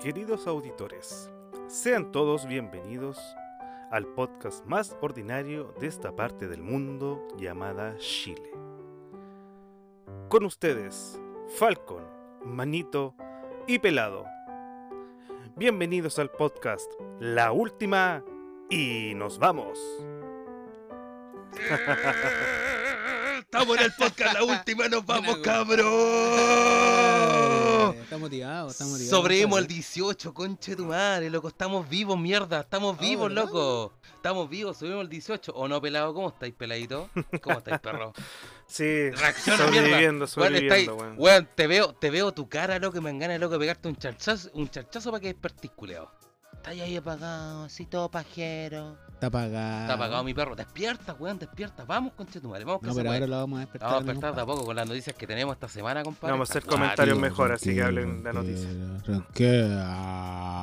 Queridos auditores, sean todos bienvenidos al podcast más ordinario de esta parte del mundo llamada Chile. Con ustedes, Falcon, Manito y Pelado. Bienvenidos al podcast La Última y nos vamos. Estamos en el podcast, la última, nos vamos, Buena, cabrón. Eh, Está motivado, está motivado. Sobrevivimos al 18, conche tu madre, loco. Estamos vivos, mierda. Estamos Ah, vivos, ¿verdad? loco. Estamos vivos, subimos el 18. ¿O no, pelado? ¿Cómo estáis, peladito? ¿Cómo estáis, perro? Sí, Reacciona, mierda. sobreviviendo, Weón, estáis- sobreviviendo, weón. weón, te veo, te veo tu cara, loco, y me engana, loco, de pegarte un charchazo, un charchazo para que despertís, culeado. Estás ahí apagado, así todo pajero. Está apagado. Está apagado mi perro. Despierta, weón, despierta. Vamos, conche tu madre, vamos que Ah. No, se pero puede. ahora lo vamos a despertar. Vamos a despertar tampoco con las noticias que tenemos esta semana, compadre. Vamos a hacer Está comentarios cuático. mejor, así que hablen la noticia. Tranquila.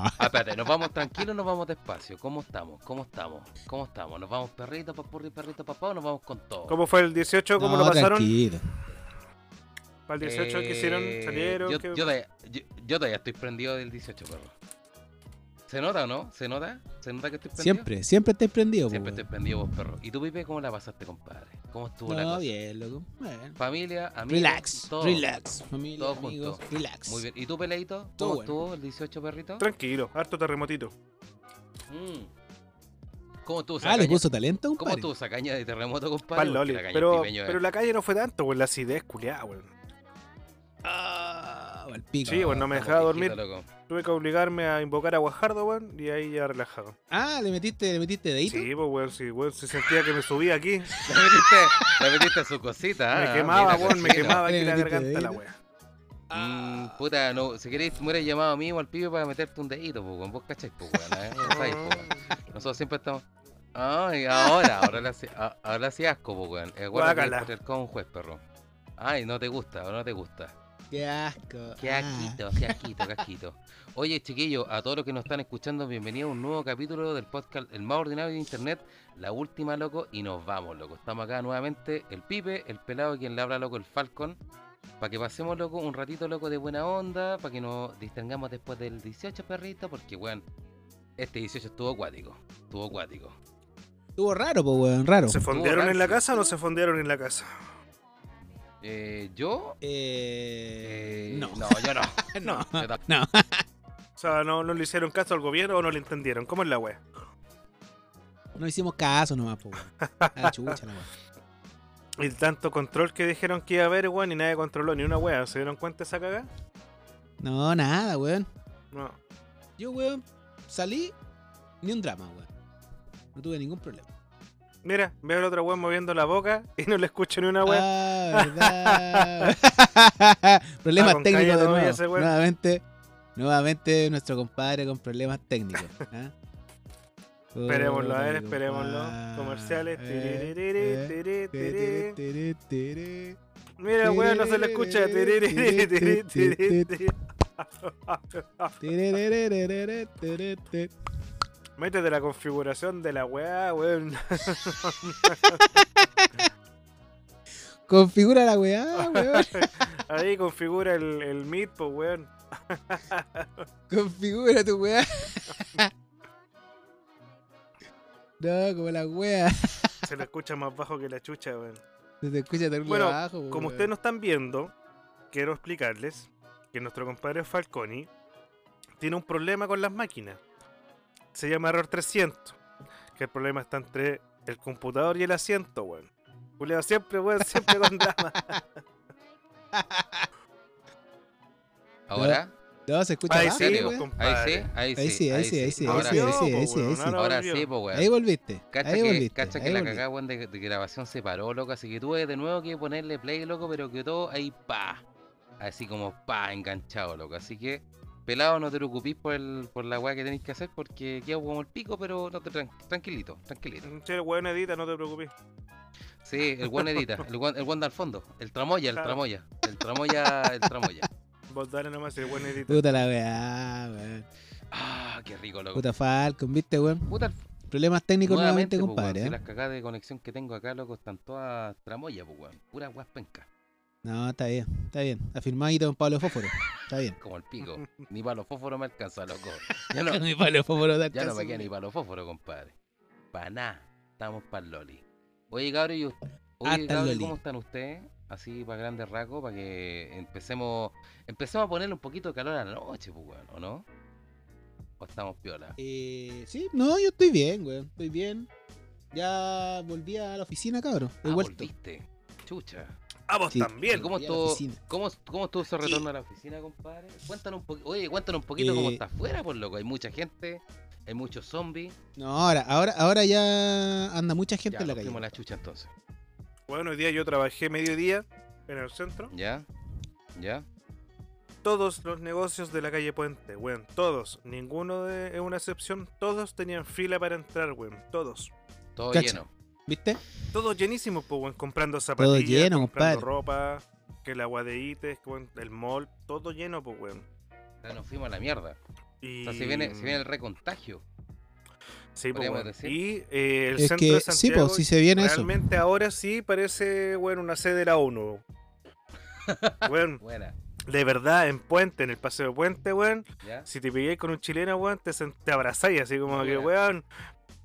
Ah, espérate, nos vamos tranquilos, nos vamos despacio. ¿Cómo estamos? ¿Cómo estamos? ¿Cómo estamos? ¿Nos vamos perrito, papurri, perrito, papá o nos vamos con todo? ¿Cómo fue el 18? ¿Cómo No, lo pasaron? tranquilo. ¿Para el 18 que hicieron? Eh, ¿Salieron? Yo, ¿Qué- yo todavía, yo, yo todavía estoy prendido del 18, perro. ¿Se nota o no? ¿Se nota? ¿Se nota que estoy prendido? Siempre, siempre estáis prendido. Siempre po, estoy weón. prendido vos, perro. ¿Y tú, Pipe, cómo la pasaste, compadre? ¿Cómo estuvo la No, cosa? bien, loco. Bueno. Familia, amigos, Relax, todo. relax. Familia, todo amigos, junto. relax. Muy bien. ¿Y tú, Peleito? ¿Cómo Todo bueno. estuvo el 18, perrito? Tranquilo, harto terremotito. Mm. ¿Cómo estuvo esa Ah, le caña? puso talento, ¿Cómo compadre. estuvo esa caña de terremoto, compadre? Pal Porque Loli. la caña Pero, del Pipeño pero es- ¿eh? la calle no fue tanto, weón. La acidez culiada, weón. Ah, al pico. Sí, bueno, no me estamos dejaba dormir. viejitos, loco. Tuve que obligarme a invocar a Guajardo, weón, y ahí ya relajado. Ah, le metiste, le metiste dedito. Sí, pues, weón, sí, weón, se sentía que me subía aquí. Le metiste, le metiste su cosita, ah, me quemaba, mira, weón, me cosita. quemaba aquí Le la metiste garganta, la dedito. weón. Mm, Ah, puta, no, si queréis, me hubieras llamado a mí o al pibe para meterte un dedito, pues, weón. Vos cacháis, pues, weón, ¿eh? Vos sabéis, pues, weón. Nosotros siempre estamos. Ay, ahora, ahora le hace, a- ahora sí asco, pues, weón. El guarda Guácala. tiene que con un juez, perro. Ay, no te gusta, o no te gusta. Qué asco. Qué Ah. asquito, qué asquito, qué asquito. Oye, chiquillos, a todos los que nos están escuchando, bienvenidos a un nuevo capítulo del podcast El más ordinario de internet, la última, loco, y nos vamos, loco. Estamos acá nuevamente, el Pipe, el pelado, quien le habla, loco, el Falcon. Para que pasemos, loco, un ratito, loco, de buena onda, para que nos distengamos después del 18, perrito, porque, weón, este 18 estuvo acuático, estuvo acuático. Estuvo raro, pues, weón, raro. ¿Se fondearon en la rancio. casa o no se fondearon en la casa? Eh, yo... Eh, eh, no. No, yo no. No. Yo tampoco. No. O sea, ¿no, no le hicieron caso al gobierno o no le entendieron? ¿Cómo es la weá? No hicimos caso nomás, po, weón. A la chucha nomás. Y tanto control que dijeron que iba a haber, weón, y nadie controló ni una weá. ¿Se dieron cuenta de esa cagada? No, nada, weón. No. Yo, weón, salí ni un drama, weón. No tuve ningún problema. Mira, veo al otro weón moviendo la boca y no le escucho ni una weá. Ah, verdad. weón. problemas Ah, con calle técnicos de todavía nuevo. ese weón. Nuevamente, nuevamente nuestro compadre con problemas técnicos. ¿ah? Esperémoslo, a ver, Pobre esperémoslo. compadre. Comerciales. ah, Eh, Tiririri, eh, tiri, tiriri, tiri. tiriri, tiriri. Mira, weón, no se le escucha. Tiririri, tiri, tiri, tiri. Ah, Tiriri, tiriri, tiriri. Métete la configuración de la weá, weón. Configura la weá, weón. Ahí configura el, el Meet, pues, weón. Configura tu weá. No, como la weá. Se le escucha más bajo que la chucha, weón. Se te escucha tan Bueno, abajo. po, Como weón. ustedes no están viendo, quiero explicarles que nuestro compadre Falconi tiene un problema con las máquinas. Se llama error 300. Que el problema está entre el computador y el asiento, weón. Julio siempre, weón, siempre con drama. Ahora, No, se escucha Ahí abajo, sí, serio, pues, weón. ahí sí, compadre. ahí sí, Ahí sí, ahí sí, ahí sí, ahí Ahora sí, ahí volvió, sí, ahí pues, sí, ahí weón, sí. ahora Ahora volvió. sí, pues, weón. Ahí volviste. Cacha ahí que, volviste. cacha que ahí la volviste. cagada, weón, de, de grabación se paró, loco. Así que tuve de nuevo que ponerle play, loco, pero quedó ahí, pa. Así como, pa, enganchado, loco. Así que, pelado, no te preocupís por, el, por la weá que tenéis que hacer porque queda como el pico, pero no te tran- tranquilito, tranquilito. Che, weón, edita, no te preocupes. Sí, el guan edita, el guan, el guan al fondo, el tramoya, el Claro. tramoya, el tramoya, el tramoya. Vos dale nomás, el weón edita. Puta la weá, weón. Ah, qué rico, loco. Puta Falcon, viste, weón. Puta el Problemas técnicos Nuevamente, nuevamente, pues, weón, compadre. si ¿eh? las cagadas de conexión que tengo acá, loco, están todas tramoyas, pues, weón. Puras guas pencas. No, está bien, está bien. Afirmadito con Pablo Fósforo. Está bien. Como el pico. Ni para los fósforos me alcanza, loco. Ya no, Mi Pablo Fósforo da ya no caso, me queda ni güey. para los fósforos, compadre. Para nada. Estamos para el loli. Oye, cabrón, y us- Hasta oye, el cabrón, loli. ¿cómo están ustedes? Así para grandes rasgos, para que empecemos empecemos a ponerle un poquito de calor a la noche, pues, weón, ¿o no? O estamos piola. Eh, sí, no, yo estoy bien, güey. Estoy bien. Ya volví a la oficina, cabrón. He Ah, vuelto. volviste. Chucha. ¡A Ah, vos Sí. ¿Y también! cómo volví a la estuvo, oficina. cómo, cómo estuvo ese retorno a la oficina, compadre? Cuéntanos un poquito, oye, cuéntanos un poquito cómo Eh, está afuera, por loco. Hay mucha gente, hay muchos zombies. No, ahora, ahora, ahora ya anda mucha gente Ya, en la nos calle. fuimos la chucha entonces. Bueno, hoy día yo trabajé mediodía en el centro. ¿Ya? ¿Ya? Todos los negocios de la calle Puente, weón. Todos. Ninguno de, es una excepción. Todos tenían fila para entrar, weón. Todos. Todo Cacha. lleno. ¿Viste? Todos llenísimos, pues, weón. Comprando zapatillas, pues, lleno, comprando compadre. ropa, que la agua de ITES, que, weón, el mall. Todo lleno, pues, weón. O sea, nos fuimos a la mierda. Y... O sea, se viene, se viene el recontagio. Sí, po, podríamos weón. decir. Y eh, el es centro que de sí, Santiago pues, si se viene eso. realmente ahora sí parece, bueno, una sede de la ONU. Weón, Buena, de verdad, en Puente, en el Paseo de Puente, weón, ¿ya? si te pilláis con un chileno, weón, te, sen- te abrazáis así como que, Buena. weón,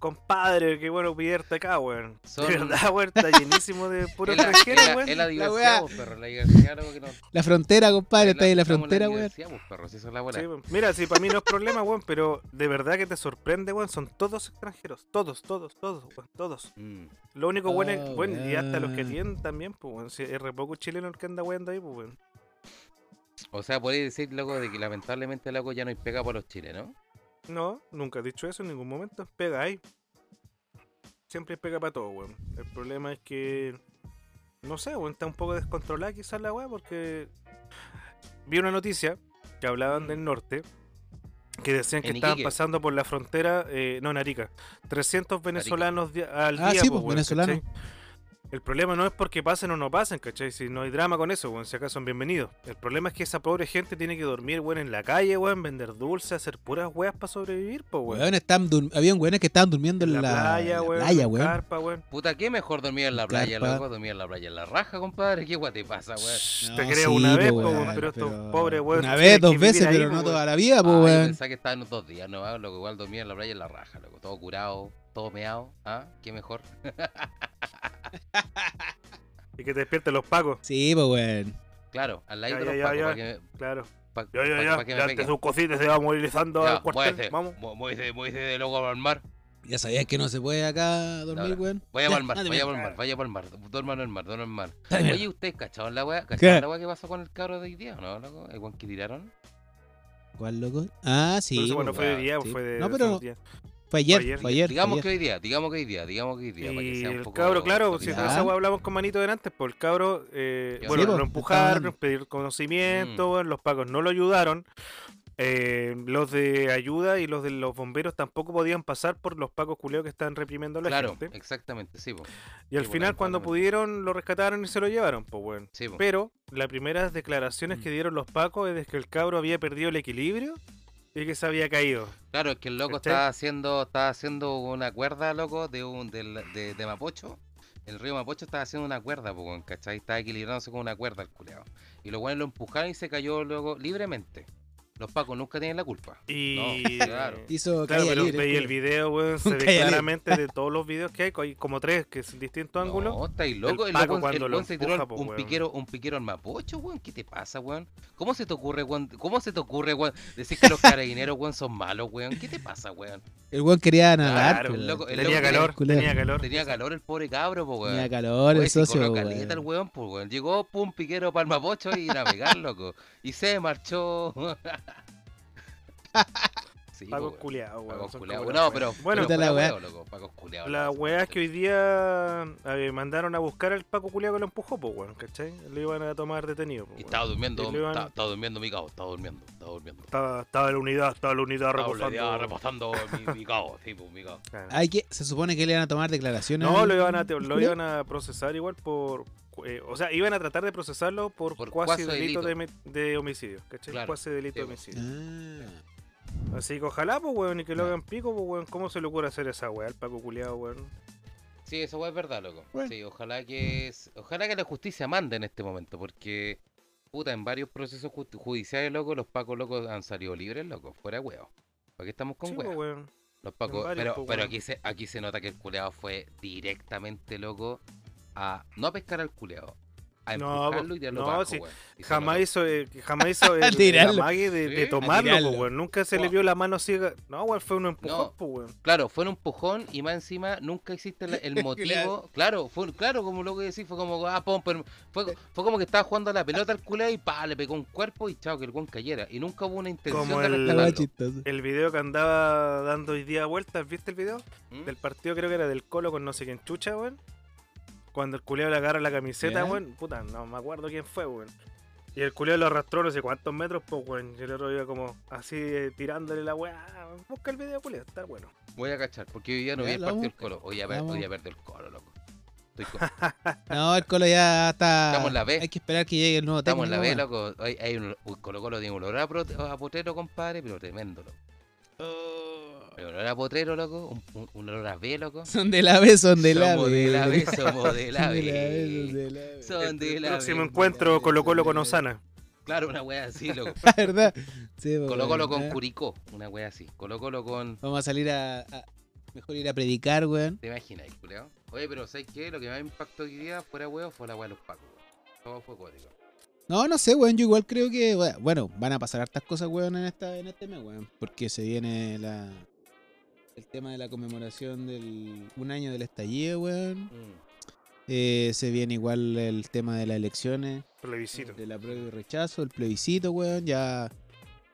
compadre, qué bueno pillarte acá, weón. Son- De verdad, weón, está llenísimo de puro Es la, extranjero, es la- weón. es la weá. diversidad, vos, perro. La diversidad, loco, que nos- La frontera, compadre, está ahí en la estamos frontera, güey. diversidad, vos, perro, si esa es la bola. Sí, weón. Mira, sí, para mí no es problema, weón, pero de verdad que te sorprende, weón, son todos extranjeros, todos, todos, todos, weón, todos. Mm. Lo único bueno es, Oh, bueno, y hasta los que weón. tienen también, pues, weón, si es re poco chileno el que anda weando ahí, pues, weón. O sea, podéis decir, loco, de que lamentablemente, loco, ya no hay pega para los chilenos. No, nunca he dicho eso en ningún momento. Pega ahí. Siempre hay pega para todo, weón. El problema es que. No sé, weón, está un poco descontrolada quizás la weá, porque. Vi una noticia que hablaban del norte. Que decían que En estaban Iquique. pasando por la frontera, eh, no, en Arica, 300 venezolanos di- al día. Ah, sí, po, pues, weón, venezolanos. ¿cachai? El problema no es porque pasen o no pasen, ¿cachai? Si no hay drama con eso, weón, si acá son bienvenidos. El problema es que esa pobre gente tiene que dormir, weón, en la calle, weón, vender dulce, hacer puras weas para sobrevivir, pues, weón. Weón, estaban dur- habían weones que estaban durmiendo en la, en la weón, playa, en weón. carpa, weón. Puta, ¿qué mejor dormir en la playa, Carpa. loco? Dormir en la playa en la raja, compadre. ¿Qué guay te pasa, weón? Shh, No, Te crees sí, una po, vez, po, weón, weón, pero estos pobres weón. Una vez, dos veces, pero no todas toda la vida, pues, Ah, yo weón. pensaba que estaba en dos días, no, Ah, loco, igual dormir en la playa en la raja, loco, todo curado, todo meado, ¿ah? ¿Qué mejor? Y que te despierten los pacos, Sí, pues, weón. Claro, al ladito de Ya, los ya, pacos, ya, para ya. que me, claro. pa- Ya, pa- ya, ya. pa' que me ya, peguen. antes sus cositas se va movilizando Ya, al cuartel. muévete, Vamos. mu- muévete, muévete de loco al mar. Ya sabías que no se puede acá dormir, Ahora, weón. Vaya Ya, para el mar, ándate, vaya mierda. para el mar, vaya para el mar. Duerman en el mar, duerman en el mar. Ándate, mierda. Oye, ¿ustedes cacharon la weá? ¿Qué? ¿Cacharon la weá que pasó con el cabro de hoy día, no, loco? ¿El guan que tiraron? ¿Cuál, loco? Ah, sí. Pero eso, bueno, pues, fue de weón, día, sí. fue de. No, de pero- esos días. fue ayer, fue ayer. fue ayer. digamos fue que hoy día, digamos que hoy día, digamos que hoy día, para que Y sea un el poco ¿Ah? cabro, claro, si de Ya. esa weá hablamos con Manito delante, pues el cabro, eh, Ya. bueno, Mm. Sí, pues, lo estaba empujaron, hablando. pedir conocimiento, weón, los pacos no lo ayudaron. eh, los de ayuda y los de los bomberos tampoco podían pasar por los pacos culeos que estaban reprimiendo a la Claro, gente. exactamente, sí, po. Y al Sí, pues, final, cuando lamentablemente. pudieron, lo rescataron y se lo llevaron, pues bueno. Sí, po. Pero las primeras declaraciones Mm. que dieron los pacos es de que el cabro había perdido el equilibrio y que se había caído. Claro, es que el loco ¿Cachai? estaba haciendo, estaba haciendo una cuerda, loco, de un del- de, de Mapocho. El río Mapocho estaba haciendo una cuerda, po, weón, ¿cachai? Estaba equilibrándose con una cuerda el culeado. Y los weones lo empujaron y se cayó luego libremente. Los pacos nunca tienen la culpa. Y. No, claro. Claro, Hizo calle pero libre, veía el culo. video, weón, se ve Calle libre. claramente de todos los videos que hay, hay como tres, que es distinto ángulo. No, estáis loco. El, Paco loco- el cuando lo weón se tiró empuja, al- po, un weón. piquero, un piquero al Mapocho, weón. ¿Qué te pasa, weón? ¿Cómo se te ocurre, weón? ¿Cómo se te ocurre, weón? Decir que los carabineros, weón, son malos, weón. ¿Qué te pasa, weón? El weón quería nadar, Claro, pues, el loco- weón. tenía, loco- calor, culero. tenía calor, Tenía calor el pobre cabro, po, weón. Tenía Oye, calor el Pues, si socio, corrió weón. caleta el weón, pues, weón. Llegó, pum, piquero para el mapocho y navegar, loco. Y se marchó. sí, Pacos po, weón. culeados, weón. Pacos son culeados. como la No, weá. pero. Bueno, pero Puta fuera la weá. huevo, loco, Pacos culeados, La loco, weá es sí. que hoy día eh, mandaron a buscar al Paco culiao que lo empujó, pues, weón, ¿cachai? Lo iban a tomar detenido, po, Y weón. estaba durmiendo, Y lo iban- estaba, estaba durmiendo mi cabo, estaba durmiendo, estaba durmiendo. Estaba, estaba la unidad, estaba la unidad Estaba reposando. oleada, reposando mi, mi cabo, sí, pues, mi cabo. Claro. Hay que, se supone que le iban a tomar declaraciones. No, al- lo iban, a, te- al lo culo. iban a procesar igual por... eh, o sea, iban a tratar de procesarlo por, Por cuasi cuasi delito delito. de, me- de homicidio, ¿cachai? Claro, Cuasi delito sí, de po. homicidio. Ah. Así que ojalá, pues, weón, y que lo Ya. hagan pico, pues, weón. ¿Cómo se le ocurre hacer esa weá al Paco culiao, weón? Sí, eso es verdad, loco. Bueno. Sí, ojalá que, s- ojalá que la justicia mande en este momento, porque puta, en varios procesos ju- judiciales, loco, los pacos locos han salido libres, loco, fuera de huevo. ¿Para qué estamos con Sí, huevo? pues, weón. Los pacos, varios, pero, pues, pero weón. aquí se, aquí se nota que el culeado fue directamente loco a no a pescar al culeado, a No, po, empujarlo y tirarlo no, para abajo, sí, weón. Y se Jamás notó. hizo, eh, jamás hizo el, el Tirarlo. amague de, de Sí, tomarlo, tirarlo. pues, weón. Nunca se le Wow. vio la mano ciega. No, weón, fue un empujón, No. pues, weón. Claro, fue un empujón y más encima nunca existe la- el motivo. claro, fue claro, como lo que decís, fue como, ah, pum, pero fue, fue como que estaba jugando a la pelota al culé y pa, le pegó un cuerpo y chao, que el guan cayera. Y nunca hubo una intención Como de el- La wea rescatarlo. chistosa. El video que andaba dando hoy día vueltas, ¿viste el video? ¿Mm? Del partido creo que era del Colo con no sé quién chucha, weón. Cuando el culeo le agarra la camiseta, Ya. weón. Puta, no me acuerdo quién fue, weón. Y el culeo lo arrastró no sé cuántos metros, pues, weón. Y el otro iba como así eh, tirándole la weá. Busca el video, culeo, está bueno. Voy a cachar, porque hoy día no Ya, vi el lo partido del vamos. colo. Hoy a ver, Vamos. hoy a ver del colo, loco. Estoy con- Estamos No, el colo ya está. Estamos en la B. Hay que esperar que llegue el nuevo técnico. en la B, weón. loco. Hay, hay un uy, colo colo tiene un olor a, pro- a potrero, compadre, pero tremendo, loco. Oh. Un olor a potrero, loco. Un, un- un olor a B, loco. Son de la B, son de la B. somos de la B, somos de Son la de la B, B. son de la B. Son de el la próximo B. encuentro, Colo Colo con Osana. Claro, una wea así, loco. La verdad. Sí, pues, Colo Colo weón, con ¿eh? Curicó, una wea así. Colo Colo con. Vamos a salir a, a- Mejor ir a predicar, weón. ¿Te imaginas, culeado? Oye, pero ¿sabes qué? Lo que más impactó hoy día fuera huevo fue la wea de los pacos. weón. Todo fue cuático. No, no sé, weón. Yo igual creo que. weón, Bueno, van a pasar hartas cosas, weón, en, esta, en este mes, weón. Porque se viene la. El tema de la conmemoración del. Un año del estallido, weón. Mm. Eh, se viene igual el tema de las elecciones. Plebiscito. De la prueba y rechazo, el plebiscito, weón. Ya.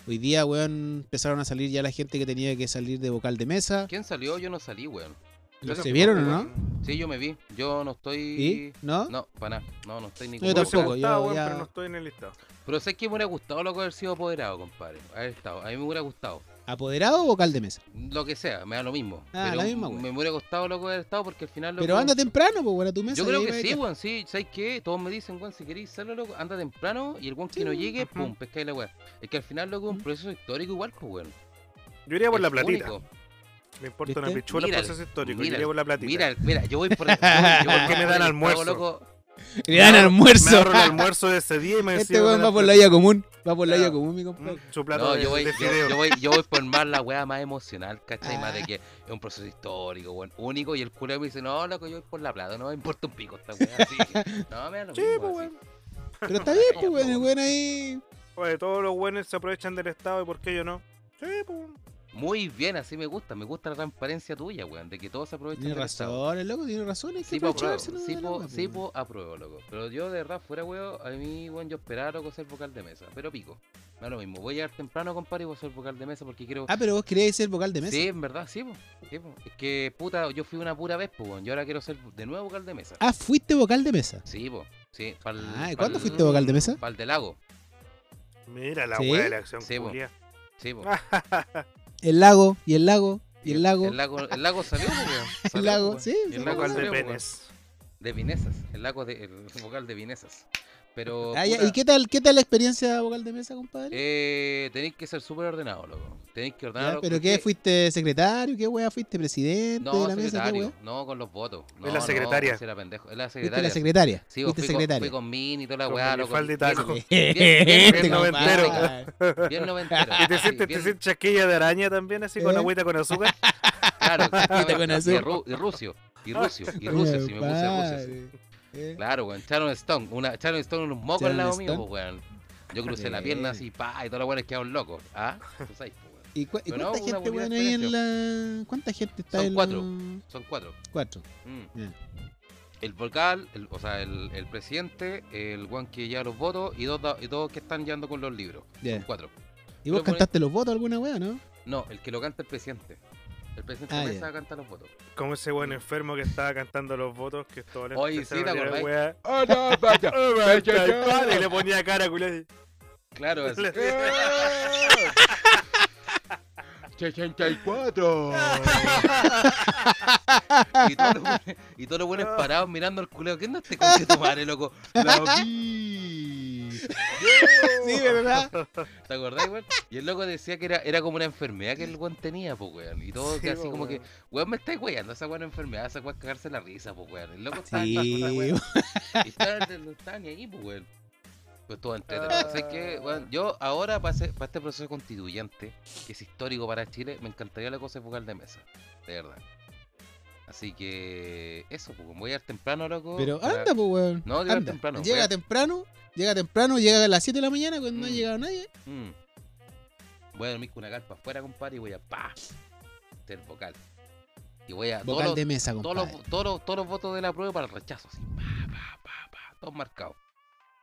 Hoy día, weón, empezaron a salir ya la gente que tenía que salir de vocal de mesa. ¿Quién salió? Yo no salí, weón. Yo ¿Se tampoco, vieron o no? weón. Sí, yo me vi. Yo no ¿Y? estoy. ¿No? No, para nada. No, no estoy ni Yo con Me hubiese tampoco, weón. gustado, yo weón, ya- pero no estoy en el listado. Pero sé que me hubiera gustado loco haber sido apoderado, compadre. Haber estado. A mí me hubiera gustado. ¿Apoderado o vocal de mesa? Lo que sea, me da lo mismo. Ah, pero la misma wea. me hubiera gustado loco haber estado porque al final. Pero loco, anda temprano, pues, weón, a tu mesa. Yo y creo ahí que va a sí, ir. weón, sí, ¿sabes qué? Todos me dicen, weón, si queréis hacerlo, loco, anda temprano y el weón que Sí, Mm. no llegue, ujú. pum, pescáis la weón. Es que al final, loco, es un Ujú. proceso histórico igual, pues, weón. Yo iría por Es la platita. único. Me importa una ¿Viste? pichula el Mira, proceso histórico. Yo mira, iría por la platita. Mira, mira, yo voy por. yo voy- yo voy ¿Por qué me por dan el almuerzo? pago, loco. Le dan Me ahorro- Me almuerzo. ahorro el almuerzo de ese día y me Este encima weón me va dan por la plata. olla común. Va por la olla Claro. común, mi compadre. Mm, Su plato No, de, yo voy, de yo, fideo. yo voy, yo voy por más la weá más emocional, ¿cachai? Más de Ah. que es un proceso histórico, weón, único. Y el culo me dice, no, loco, yo voy por la plata, no me importa un pico esta weá. Así que, no, me da lo Sí, mismo, pues, así. weón. Pero está bien, pues, Ya, weón. El pues, weón ahí. Oye, todos los buenos se aprovechan del Estado y por qué yo no. Sí, pues. Muy bien, así me gusta, me gusta la transparencia tuya, weón, de que todos se aprovechan Tiene del Estado. razón, el loco tiene razón. Hay que Sí, po, apruebo. aprovecharse, no Sí, de la po- weá, sí, pues, po, weón. apruebo, loco. Pero yo, de verdad, fuera, weón, a mí, weón, yo esperaba, loco, ser vocal de mesa. Pero pico. No lo mismo. Voy a llegar temprano, compadre, y voy a ser vocal de mesa porque quiero. Ah, pero vos querías ser vocal de mesa. Sí, en verdad, sí, po. Sí, po. Es que, puta, yo fui una pura vez, po, weón. Yo ahora quiero ser de nuevo vocal de mesa. Ah, fuiste vocal de mesa. Sí, po. Sí, pa'l, Ah, ¿y pa'l- cuándo fuiste vocal de mesa? Pa'l del lago. Mira la ¿Sí? pues. weá de la acción Sí, po. culia. Sí, po. El lago, y el lago, y el lago. El lago, el lago salió, po, weón. Salió, El lago, po, sí, weón. Y El salió. lago Vocal de salió, po, weón. penes. De Vinesas. El lago de, el vocal de Vinesas. Pero. Ah, ya, puta, ¿Y qué tal, qué tal la experiencia vocal de mesa, compadre? Eh, tenéis que ser súper ordenado, loco. Tenéis que Ya, ordenar. ¿Pero qué? ¿Fuiste secretario? ¿Qué weá? ¿Fuiste presidente No, de la mesa? ¿Qué secretario. weá? no, con los votos. No, la secretaria. No, si era pendejo. Es la ¿Fuiste secretaria. la secretaria? Sí, vos ¿Fuiste fui, con, fui secretaria? con Min y toda la Con weá, loco. minifalda y taco. Bien, bien, bien, Este bien noventero. compadre. bien noventero. ¿Y te Sí, sientes te bien- sientes chasquilla de araña también, así con Ah, ¿Eh? agüita con azúcar? Claro, exactamente. con y, azúcar. Ru- y Rusio. Y Rusio. Y Rusio, sí, me puse Rusio. sí. Este Compadre. Eh. Claro, weón. Sharon Stone. Una, Sharon Stone, unos mocos al Sharon lado mío, Stone. pues, weón. Yo crucé la Bien. pierna así, pa, y toda la weá les quedaron locos. Ah, tú sabes, pues, weón. ¿Y, cu- y Pero no, cuánta una gente, bonita weón, ahí en la. ¿Cuánta gente está Son en cuatro. la- Son cuatro. Cuatro. Mm. Ya. El vocal, el- o sea, el, el presidente, el guan que lleva los votos y dos, da- y dos que están llevando con los libros. Ya. Cuatro. ¿Y vos Pero por- cantaste los votos alguna weá, no? No, el que lo canta el presidente. El presidente Ah, de ya. mesa canta los votos. Como ese buen enfermo que estaba cantando los votos, que todo le Oye, sí, ¿te acordás? Ah, ¡Oh, no, vaya! Y le ponía cara, culia. así. Claro, es. y todos los buenos- este y todos los buenos parados mirando al culeo. ¿Qué no te conche tu madre, loco? La vi. Sí, ¿verdad? ¿Te acordás, weón? Y el loco decía que era, era como una enfermedad que el weón tenía, pues, weón. Y todo Sí, que así po, como que, weón. weón, me estáis weyando, esa weón es enfermedad, esa weón es cagarse la risa, pues, weón. El loco estaba en todas Sí, cosas, weón. weón. Y estaba- no estaba ni ahí, pues, weón. Pues todo entretenido. ¿Sabes qué, weón? Yo ahora, para, ese- para este proceso constituyente, que es histórico para Chile, me encantaría la cosa de vocal de mesa. De verdad. Así que, eso, pues, voy a ir temprano, loco. Pero para- anda, pues, weón. No, llega anda. temprano, Llega weón. temprano, llega temprano, llega a las 7 de la mañana cuando no ha Mm. llegado nadie. Mm. Voy a dormir con una carpa afuera, compadre, y voy a pa ser vocal. Y voy a todos Vocal los, de mesa, todos, compadre. los, todos los- todos los votos de la prueba para el rechazo, así, pa, pa, pa, pa, todos marcados.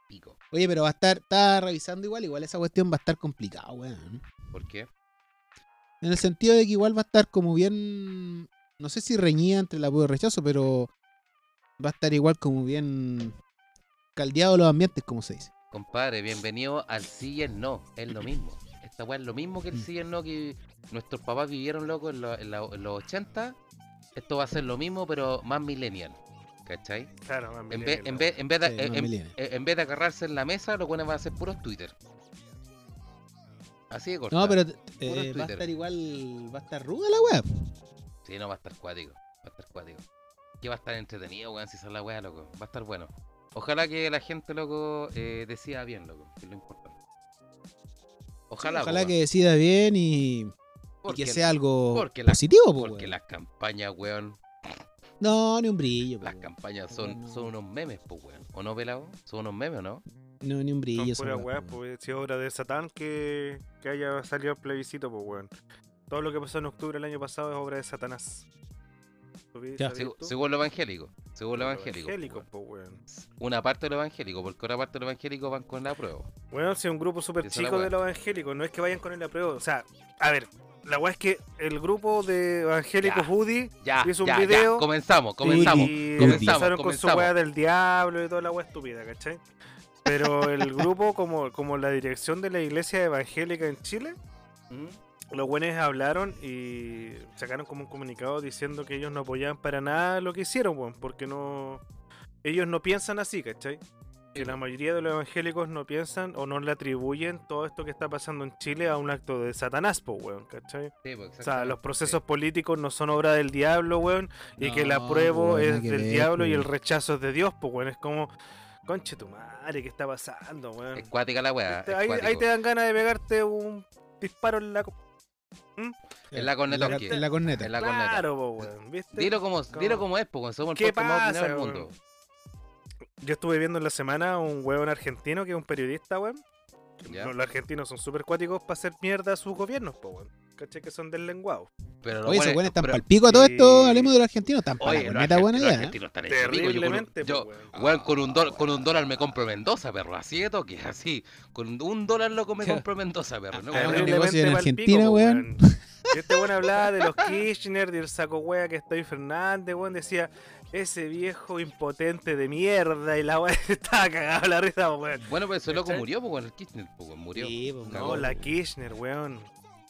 Pico. Oye, pero va a estar, está revisando igual, igual esa cuestión va a estar complicada, weón. ¿Por qué? En el sentido de que igual va a estar como bien, no sé si reñida entre la prueba y rechazo, pero va a estar igual como bien caldeado los ambientes, como se dice. Compadre, bienvenido al sí y el no. Es lo mismo. Esta weá es lo mismo que el Mm. sí y el no que nuestros papás vivieron, loco, en, lo- en la- en los 80. Esto va a ser lo mismo, pero más millennial. ¿Cachai? Claro, más En millennial, vez, en weón. vez, en vez de, Sí, en- más en- millennial. eh, en- en vez de agarrarse en la mesa, lo bueno va a hacer puros Twitter. Así de corto. No, pero eh, Twitter. va a estar igual, va a estar ruda la web. Sí, no, va a estar cuático. Va a estar cuático. Que va a estar entretenido, weón, si son la weá, loco. Va a estar bueno. Ojalá que la gente, loco, eh, decida bien, loco, que es lo importante. Ojalá, po, Ojalá weón, que decida bien y, y porque- que sea algo porque la- positivo, po, Porque weón. las campañas, weón, No, ni un brillo, po, las weón. campañas son, No. son unos memes, pues, weón. ¿O no, pelado? Son unos memes, ¿o no? No, ni un Son brillo. esa pura weá, weá, po, weón. pues si es obra de Satán que, que haya salido el plebiscito, pues weón. Todo lo que pasó en octubre el año pasado es obra de Satanás. ¿Lo vi- Ya. sabías Segu- tú? según lo evangélico. Según lo Lo evangélico. po, evangélico, weón. pues weón. Una parte de lo evangélico, porque otra parte de lo evangélico van con la prueba. Bueno, si es un grupo súper Esa es la chico weá. de los evangélicos, no es que vayan con el apruebo. O sea, a ver, la weá es que el grupo de evangélicos Ya. Woody Ya, Hizo un ya, video ya. Comenzamos, comenzamos. Y comenzamos, empezaron con su comenzamos. weá del diablo y toda la weá estúpida, ¿cachai? Pero el grupo, como, como la dirección de la iglesia evangélica en Chile, ¿Mm? los buenos hablaron y sacaron como un comunicado diciendo que ellos no apoyaban para nada lo que hicieron, weón, porque no. Ellos no piensan así, ¿cachai? Que la mayoría de los evangélicos no piensan o no le atribuyen todo esto que está pasando en Chile a un acto de Satanás, po, weón, ¿cachai? Sí, pues, O sea, los exactamente. procesos políticos no son obra del diablo, weón, y que el No, apruebo weón, es nada que del ver, diablo y el weón. rechazo es de Dios, po, weón. Es como, conche tu madre, ¿qué está pasando, Sí. weón? Es cuática la weá. Te- Este, ahí, es ahí cuático. te dan ganas de pegarte un disparo en la En la corneta, En Orquí. la, en la corneta. En la corneta. Claro, po, weón, ¿viste? Dilo como, dilo como es, porque somos ¿Qué el podcast más pasa, opinado del weón? mundo. Yo estuve viendo en la semana un weón argentino que es un periodista, weón. ¿ya? No, los argentinos son súper cuáticos para hacer mierda a sus gobiernos, po, weón. Caché que son del lenguado. Pero Oye, esos bueno, buenos están pero- pa'l pico a todo esto, Sí. hablemos de los argentinos, tan para Oye, la los corneta buena argentinos- los ya. ¿eh? argentinos están hechos pico, yo con un- Terriblemente, yo- po, weón. Weón, con un, Ah. dólar, con un dólar me compro Mendoza, perro. Así de toque, así. Con un dólar loco me compro Mendoza, perro. No, Ah, weón. un Terriblemente negocio en pa'l pico, Argentina, po, weón. Y este weón hablaba de los Kirchner, del saco wea que estoy Fernández, weón. Decía, ese viejo impotente de mierda. Y la weá estaba cagada la risa, po, weón. Bueno, pero ese loco ¿Cachai? murió, pues, weón, el Kirchner, pues, weón, murió. Sí, pues, No, Cagó, la weón. Kirchner, weón.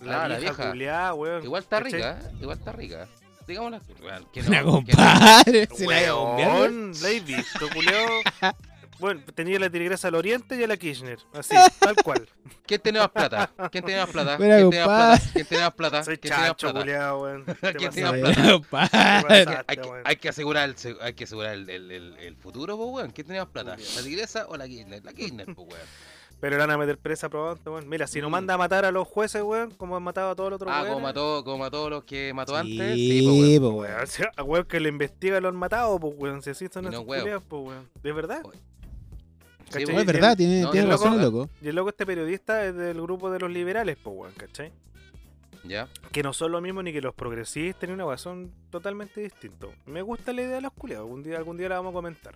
La Ah, la vieja vieja. culiá, weón. Igual está ¿Cachai? rica, ¿eh? igual está rica. Digamos la real. Que Una no, que compadre, se la haya bombeado. Weón, la he visto, culiao. Bueno, tenía la tigresa al oriente y a la Kirchner. Así, tal cual. ¿Quién tiene más plata? ¿Quién tiene más plata? Buena, ¿Quién tiene más compadre. plata? ¿Quién tiene más plata? Soy ¿Quién tiene más chacho, Ah, plata? culiao, weón. Te ¿Quién pasaste, tiene más Se la plata? haya te Hay compadre. pasaste, que, weón. hay que asegurar, el, se- hay que asegurar el, el, el, el futuro, pues, weón. ¿Quién tiene más plata? ¿La tigresa o la Kirchner? La Kirchner, pues, weón. Pero la van a meter presa probando, weón. Mira, si no Mm. manda a matar a los jueces, weón, como han matado a todos los otros Ah, weones, como mató, como mató a los que mató antes. Sí, pues, Sí, weón. pues, weón, weón. si a weón que le investiga lo han matado, pues, weón. Si así son Y no, esos weón. culiaos, pues, weón. ¿De verdad? Sí, ¿Cachai? pues, No, es verdad, tiene, No, tiene el loco- razón el loco. Oh. Y el loco, este periodista, es del grupo de los liberales, pues, weón, ¿cachai? Ya. que no son lo mismo ni que los progresistas ni una weá, son totalmente distintos. Me gusta la idea de los culiados, algún día, algún día la vamos a comentar.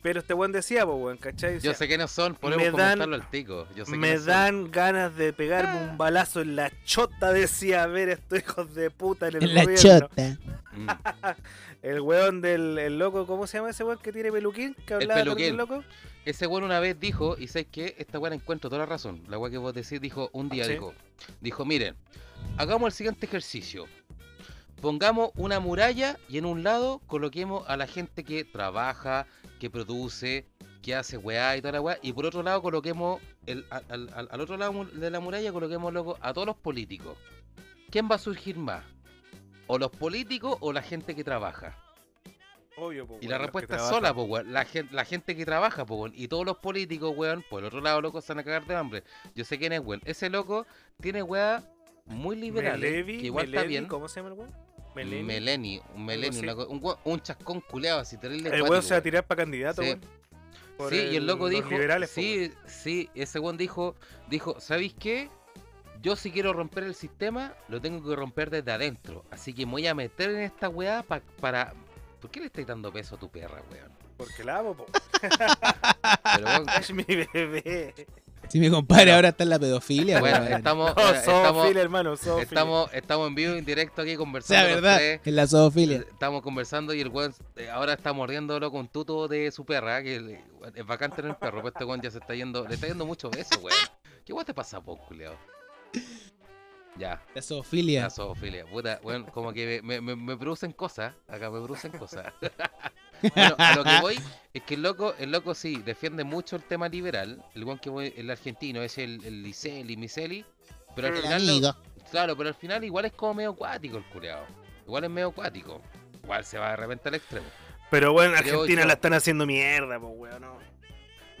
Pero este weón decía, pues weón, ¿cachai? Yo Decía, sé que no son, podemos me dan- comentarlo al tico. Yo sé que me no son. Ah. dan ganas de pegarme un balazo en la chota, decía, a ver estos hijos de puta en el En la gobierno. chota. Mm. El weón del el loco, ¿cómo se llama ese weón que tiene peluquín? Que hablaba también peluquín. loco. Ese weón una vez dijo, y sabes que esta weá la encuentro toda la razón. La weá que vos decís dijo un día, Sí. dijo, dijo, miren, hagamos el siguiente ejercicio. Pongamos una muralla y en un lado coloquemos a la gente que trabaja, que produce, que hace weá y toda la weá. Y por otro lado, coloquemos, el, al, al- al otro lado mu- de la muralla, coloquemos loco a todos los políticos. ¿Quién va a surgir más? ¿O los políticos o la gente que trabaja? Obvio, po, Y weón, los que la respuesta es trabajan. sola, pues, weón. La, gen- la gente que trabaja, pues, weón. Y todos los políticos, weón, por el otro lado, loco, se van a cagar de hambre. Yo sé quién es, weón. Ese loco tiene weá muy liberal. Melevi, que igual Melevi, está bien. ¿Cómo se llama el weón? Melevi. Meleni, un Meleni, así. una co- un, weón- un chascón culeado así, terrible. El cuático, weón se va a weón. tirar para candidato, Sí. weón. Por Sí, y el loco los dijo, liberales, po, weón. sí, sí, ese weón dijo, dijo, ¿sabéis qué? Yo si quiero romper el sistema, lo tengo que romper desde adentro. Así que me voy a meter en esta weá pa- para... ¿Por qué le estáis dando peso a tu perra, weón? Porque la amo, po. Pero, weón, Es mi bebé. Si mi compadre ahora está en la pedofilia, bueno, weón. estamos, No, bueno, estamos, zoofil, Oh, hermano, zoofil. estamos, estamos en vivo, en directo aquí O sea, conversando. los verdad, tres. eh, en la zoofilia. Estamos conversando y el weón eh, ahora está mordiéndolo con tuto de su perra, que el- es bacán tener perro, pero este weón ya se está yendo, le está yendo mucho beso, weón. ¿Qué weón te pasa, vos, culiao? Ya, La zoofilia. la zoofilia. Puta, weón, como que me, me- me producen cosas, acá me producen cosas. bueno, a lo que voy es que el loco, el loco sí, defiende mucho el tema liberal, el weón que voy, el argentino, es el, el Liceli, Miseli, pero al El final lo- Claro, pero al final igual es como medio acuático el culeado. Igual es medio acuático. Igual se va de repente al extremo. Pero bueno, Creo Argentina yo. la están haciendo mierda, po, weón. No.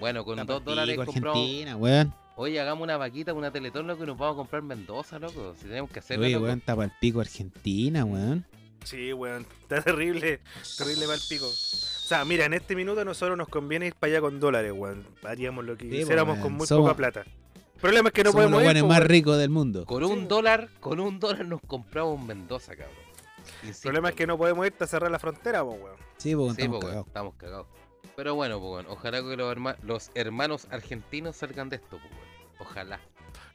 Bueno, con Está dos partido, dólares compramos. Argentina, weón. Oye, hagamos una vaquita, una teletón, loco, y nos vamos a comprar Mendoza, loco. Si tenemos que hacerlo. Oye, loco. weón, tapa el pico Argentina, weón. Sí, weón, está terrible. Terrible va el pico. O sea, mira, en este minuto a nosotros nos conviene ir para allá con dólares, weón. Haríamos lo que Sí, po, quisiéramos weón. con muy Somos- poca plata. El problema es que no Somos los podemos ir. weones po, más weón. ricos del mundo. Con un Sí. dólar, con un dólar nos compramos un Mendoza, cabrón. El problema es que no podemos ir hasta cerrar la frontera, po, weón. Sí, porque Sí, po, estamos weón, cagados. estamos cagados. Pero bueno, po, weón, ojalá que los, herma- los hermanos argentinos salgan de esto, po, weón. Ojalá,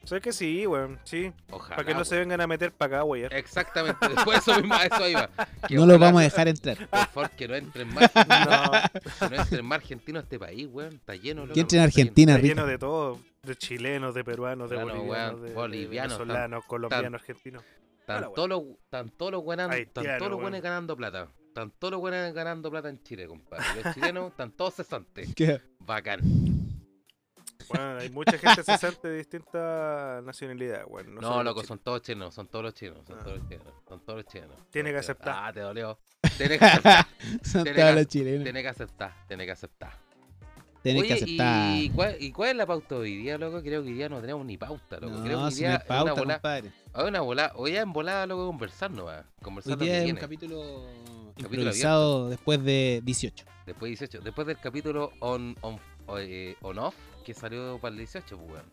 Sabes que sí, weón, sí. ojalá. Para que no se weón. vengan a meter para acá, Eh, weón. Exactamente, después eso mismo, a eso iba. Que No los ojalá- vamos a dejar entrar. Por favor, que no entren más No, Que no entren más argentinos a este país, weón. Está lleno, loco. Que entren está Argentina, está rico. lleno de todo. De chilenos, de peruanos, de Claro, bolivianos, weón, de- de, bolivianos, tan- venezolanos, colombianos, argentinos. lleno. Hola, Están weón. todos los, están todos los buenas- están Haitiano, todos los weón. buenos ganando plata. Están todos los buenos ganando plata en Chile, compadre. Los chilenos están todos cesantes. ¿Qué? Bacán. Bueno, hay mucha gente cesante de distintas nacionalidades, weón. No, solo loco, chilenos. son todos chilenos, son todos los chilenos, son Ah. todos los chilenos, son todos los chilenos. Tiene todos que los chilenos. aceptar. Ah, te dolió. Tiene que aceptar, Son Tiene todos que- los chilenos. tiene que aceptar, tiene que aceptar. Tenés Oye, que aceptar. ¿y cuál, ¿y cuál es la pauta hoy día, loco? Creo que hoy día no tenemos ni pauta, loco. Creo que No, hoy si no día es hay una pauta, volada. compadre. Hoy una volada, hoy día en volada, loco, conversar nomás. Hoy Conversar lo que día es un viene. capítulo Capítulo improvisado después de 18. Después 18, después del capítulo on, on, o- eh, on off que salió para el 18, pues, weón.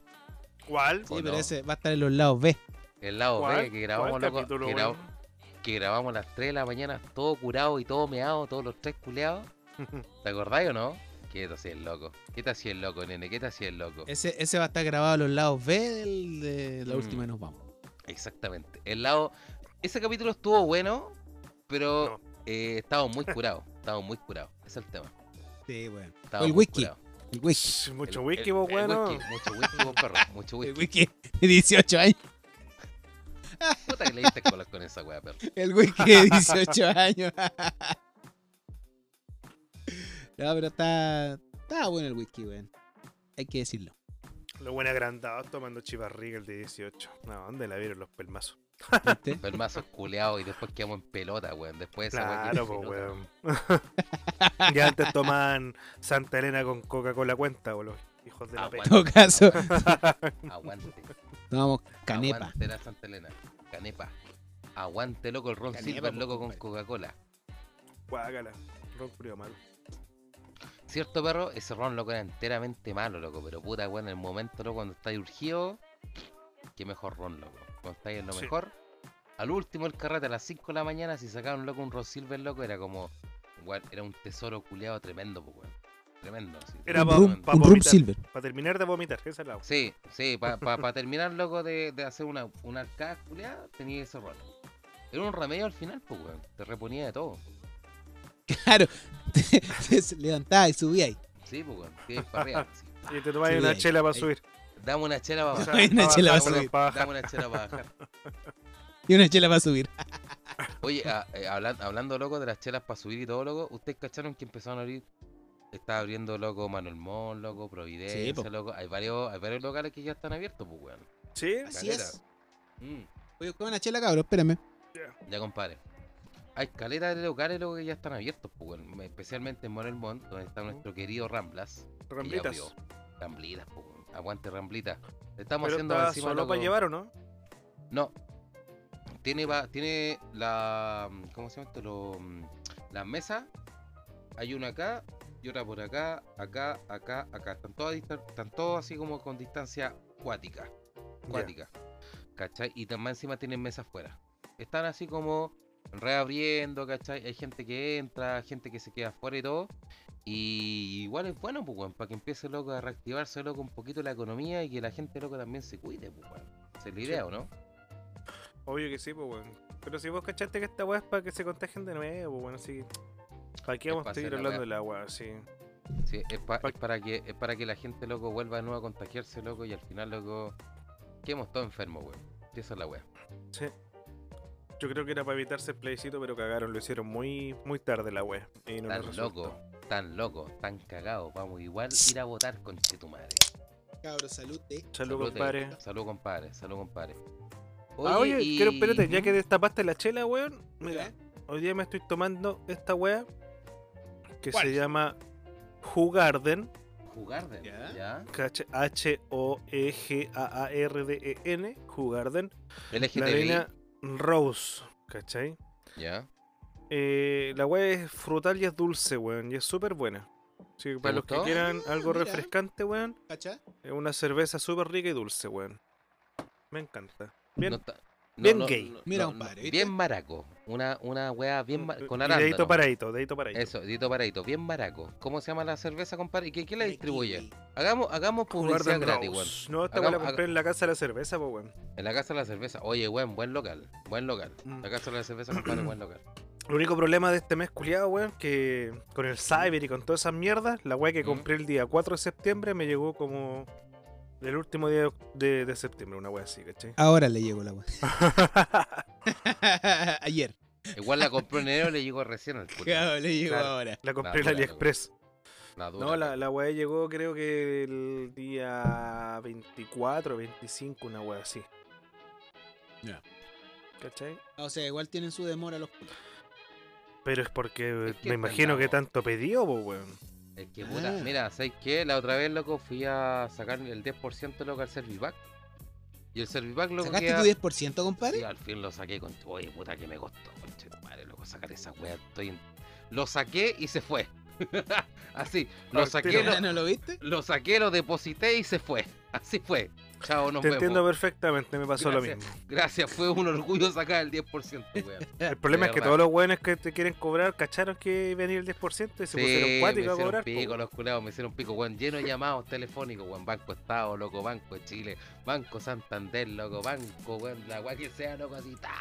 ¿Cuál? Sí, ¿O pero no? ese va a estar en los lados B. El lado B ¿Cuál? que grabamos, ¿Cuál loco, capítulo, que, weón? gra- que grabamos a las 3 de la mañana, todo curado y todo meado, todos los tres culeados. ¿Te acordáis o no? ¿Qué te hacía el loco? ¿Qué te hacía el loco, nene? ¿Qué te hacía el Eh. loco? Ese, ese va a estar grabado a los lados B del- de la Mm. última y nos vamos. Exactamente. El lado. Ese capítulo estuvo bueno, pero eh, estábamos muy curados. Estábamos muy curados. Ese es el tema. Sí, weón. Estábamos el muy whisky. curados. El whisky. Mucho El- whisky, pues, el- vos, el weón. ¿no? whisky, Mucho whisky, vos, perro. Mucho whisky. El whisky de 18 años. Puta que le diste cola con esa wea, perro. El whisky de 18 años. No, pero está, está bueno el whisky, weón. Hay que decirlo. Los buenos agrandados tomando chivarriga el de 18. No, ¿dónde la vieron los pelmazos? ¿viste? Pelmazos culeados y después quedamos en pelota, weón. Después esa wea quedó Claro, en pues, pelota. weón. ya antes tomaban Santa Elena con Coca-Cola cuenta, o los hijos de la Ah, pena. En todo caso, Aguante. tomamos canepa. Aguante la Santa Elena. Canepa. Aguante, loco, el Ron Canepa, Silver, po, loco, con compadre. Coca-Cola. Guácala. Ron culiao malo. ¿Cierto, perro? Ese Ron, loco, era enteramente malo, loco. Pero puta, weón, en el momento, loco, cuando estáis urgido, qué mejor Ron, loco. Cuando estáis en lo Sí. mejor. Al último, el carrete, a las 5 de la mañana, si sacaban, loco, un Ron Silver, loco, era como. Weón, era un tesoro culeado tremendo, pues, weón. Tremendo. así, Era un pa- rum, pa un rum vomitar. silver. Para terminar de vomitar, esa es la agua. Sí, sí, para terminar, loco, de, de hacer una, una arcada culiada, tenía ese rol. Era un remedio al final, pues, weón. Te reponía de todo. Claro. Te- te levantaba y subía ahí. Sí, pues, weón. Te ibas pa' arriba, sí. Y te tomáis Sí, una ahí, chela para ahí. subir. Dame una chela para O sea, bajar. Una pa' chela bajar, va a perdón, subir. pa' bajar. Dame una chela para bajar. Y una chela para subir. ah, Oye, a- eh, hablan- hablando, loco, de las chelas para subir y todo, loco, ¿ustedes cacharon que empezaron a abrir Está abriendo, loco, Manuel Mon, loco, Providencia, Sí, po. loco. Hay varios, hay varios locales que ya están abiertos, pues, weón. ¿Sí? Así Caleta. es. Mm, Voy a buscar una chela, cabrón, espérame. ya, compadre. Hay caleta de locales, loco, que ya están abiertos, pues, weón. Especialmente en Manuel Mon, donde está nuestro querido Ramblas. que ya Ramblitas. abrió. Ramblitas, pues, weón. Aguante, Ramblitas. Le estamos Pero haciendo está encima, solo para loco- llevar, ¿o no? No. Tiene, va- tiene la. ¿Cómo se llama esto? Lo- las mesas. Hay una acá y otra por acá, acá, acá, acá. Están todas, distan- están todas así como con distancia cuática. Cuática. ¿Cachai? Y también encima tienen mesas afuera. Están así como reabriendo, ¿cachai? Hay gente que entra, gente que se queda afuera y todo. Y igual es bueno, pues, weón, para que empiece, loco, a reactivarse, loco, un poquito la economía y que la gente, loco, también se cuide, pues, weón. Esa es la idea, ¿o no? Obvio que sí, pues, weón. Pero si vos cachaste que esta weá es para que se contagien de nuevo, pues, weón, así que. ¿Para qué Es vamos pa' a seguir hacer la hablando weá. del agua? Sí. Sí, es, pa- Pa- es para que, es para que la gente, loco, vuelva de nuevo a contagiarse, loco, y al final, loco, que hemos todo enfermos, weón. Sí, esa es la weá. Sí. Yo creo que era para evitarse el plebiscito, pero cagaron, lo hicieron muy, muy tarde la wea. Y no les Tan resultó. loco, tan loco, tan cagado. Vamos igual ir a votar, conche tu madre. Cabrón, salud, eh. Salud, Salute. compadre. Salud, compadre. Salud, compadre. ah, oye, y- quiero, espérate, ya que Ujú. destapaste la chela, weón. Mira, hoy día me estoy tomando esta wea que ¿Cuál? se llama Jugarden. Jugar de. Ya. ¿Ya? E H-O-E-G-A-A-R-D-E-N. E Jugarden. La LGTBI, arena Rose, ¿cachai? ¿Ya? Eh, la weá es frutal y es dulce, weón, y es súper buena. Así que para los que gustó? quieran Ah, algo mira. refrescante, weón, ¿Cacha? es una cerveza súper rica y dulce, weón. Me encanta. Bien, No ta- no, bien no, gay. no, Mira, no, compadre, no, ¿viste? Bien maraco. Una, una weá bien ma- con Eh, Y arándano. Dedito paradito, dedito paradito. Eso, Dito Paradito, bien baraco. ¿Cómo se llama la cerveza, compadre? ¿Y qué- quién la Mira, distribuye? kiwi. Hagamos, hagamos publicidad Garden gratis, weón. Rose. No, esta weá la Hagamos- compré en la casa de la cerveza, pues, weón. En la casa de la cerveza. Oye, weón, buen local. Buen local. Mm. La casa de la cerveza, compadre, buen local. El único problema de este mes culiado, weón, que con el cyber y con todas esas mierdas, la weá que Mm. compré el día 4 de septiembre me llegó como el último día de, de septiembre, una weá así, ¿cachai? Ahora le llegó la agua. Ayer. Igual la compró en enero y le llegó recién al culo. Cabrón, le llegó Claro. ahora. La compré en dura la AliExpress. La dura. No, la, la weá llegó creo que el día 24, 25, una weá así. Ya. ¿Cachai? O sea, igual tienen su demora los culos. Pero es porque Es que me imagino entendamos. que tanto pedido, po, weón. Es que puta, Ah. mira, ¿sabes qué? La otra vez, loco, fui a sacar el 10% loco al Servipack. Y el Servipack, loco, ¿Sacaste queda- tu 10%, compadre? Sí, al fin lo saqué con. Oye, puta, que me costó, conche tu madre, loco, sacar esa weá. Estoy en- Lo saqué y se fue. Así, lo Al saqué, tiro. lo, no. ¿Ya ¿No lo viste? lo saqué, lo deposité y se fue. Así fue. Chao, nos Te vemos. entiendo perfectamente, me pasó lo Gracias. mismo. Gracias, fue un orgullo sacar el 10%, weón. El problema Eh, De es que verdad. todos los weones que te quieren cobrar cacharon que venía el 10% y se pusieron me cuáticos a hicieron cobrar. po, pico weón. los culados, me hicieron pico, weón. Lleno de llamados telefónicos, weón. Banco Estado, loco, Banco de Chile, Banco Santander, loco, Banco, weón. La weá que sea, loco, así, ta.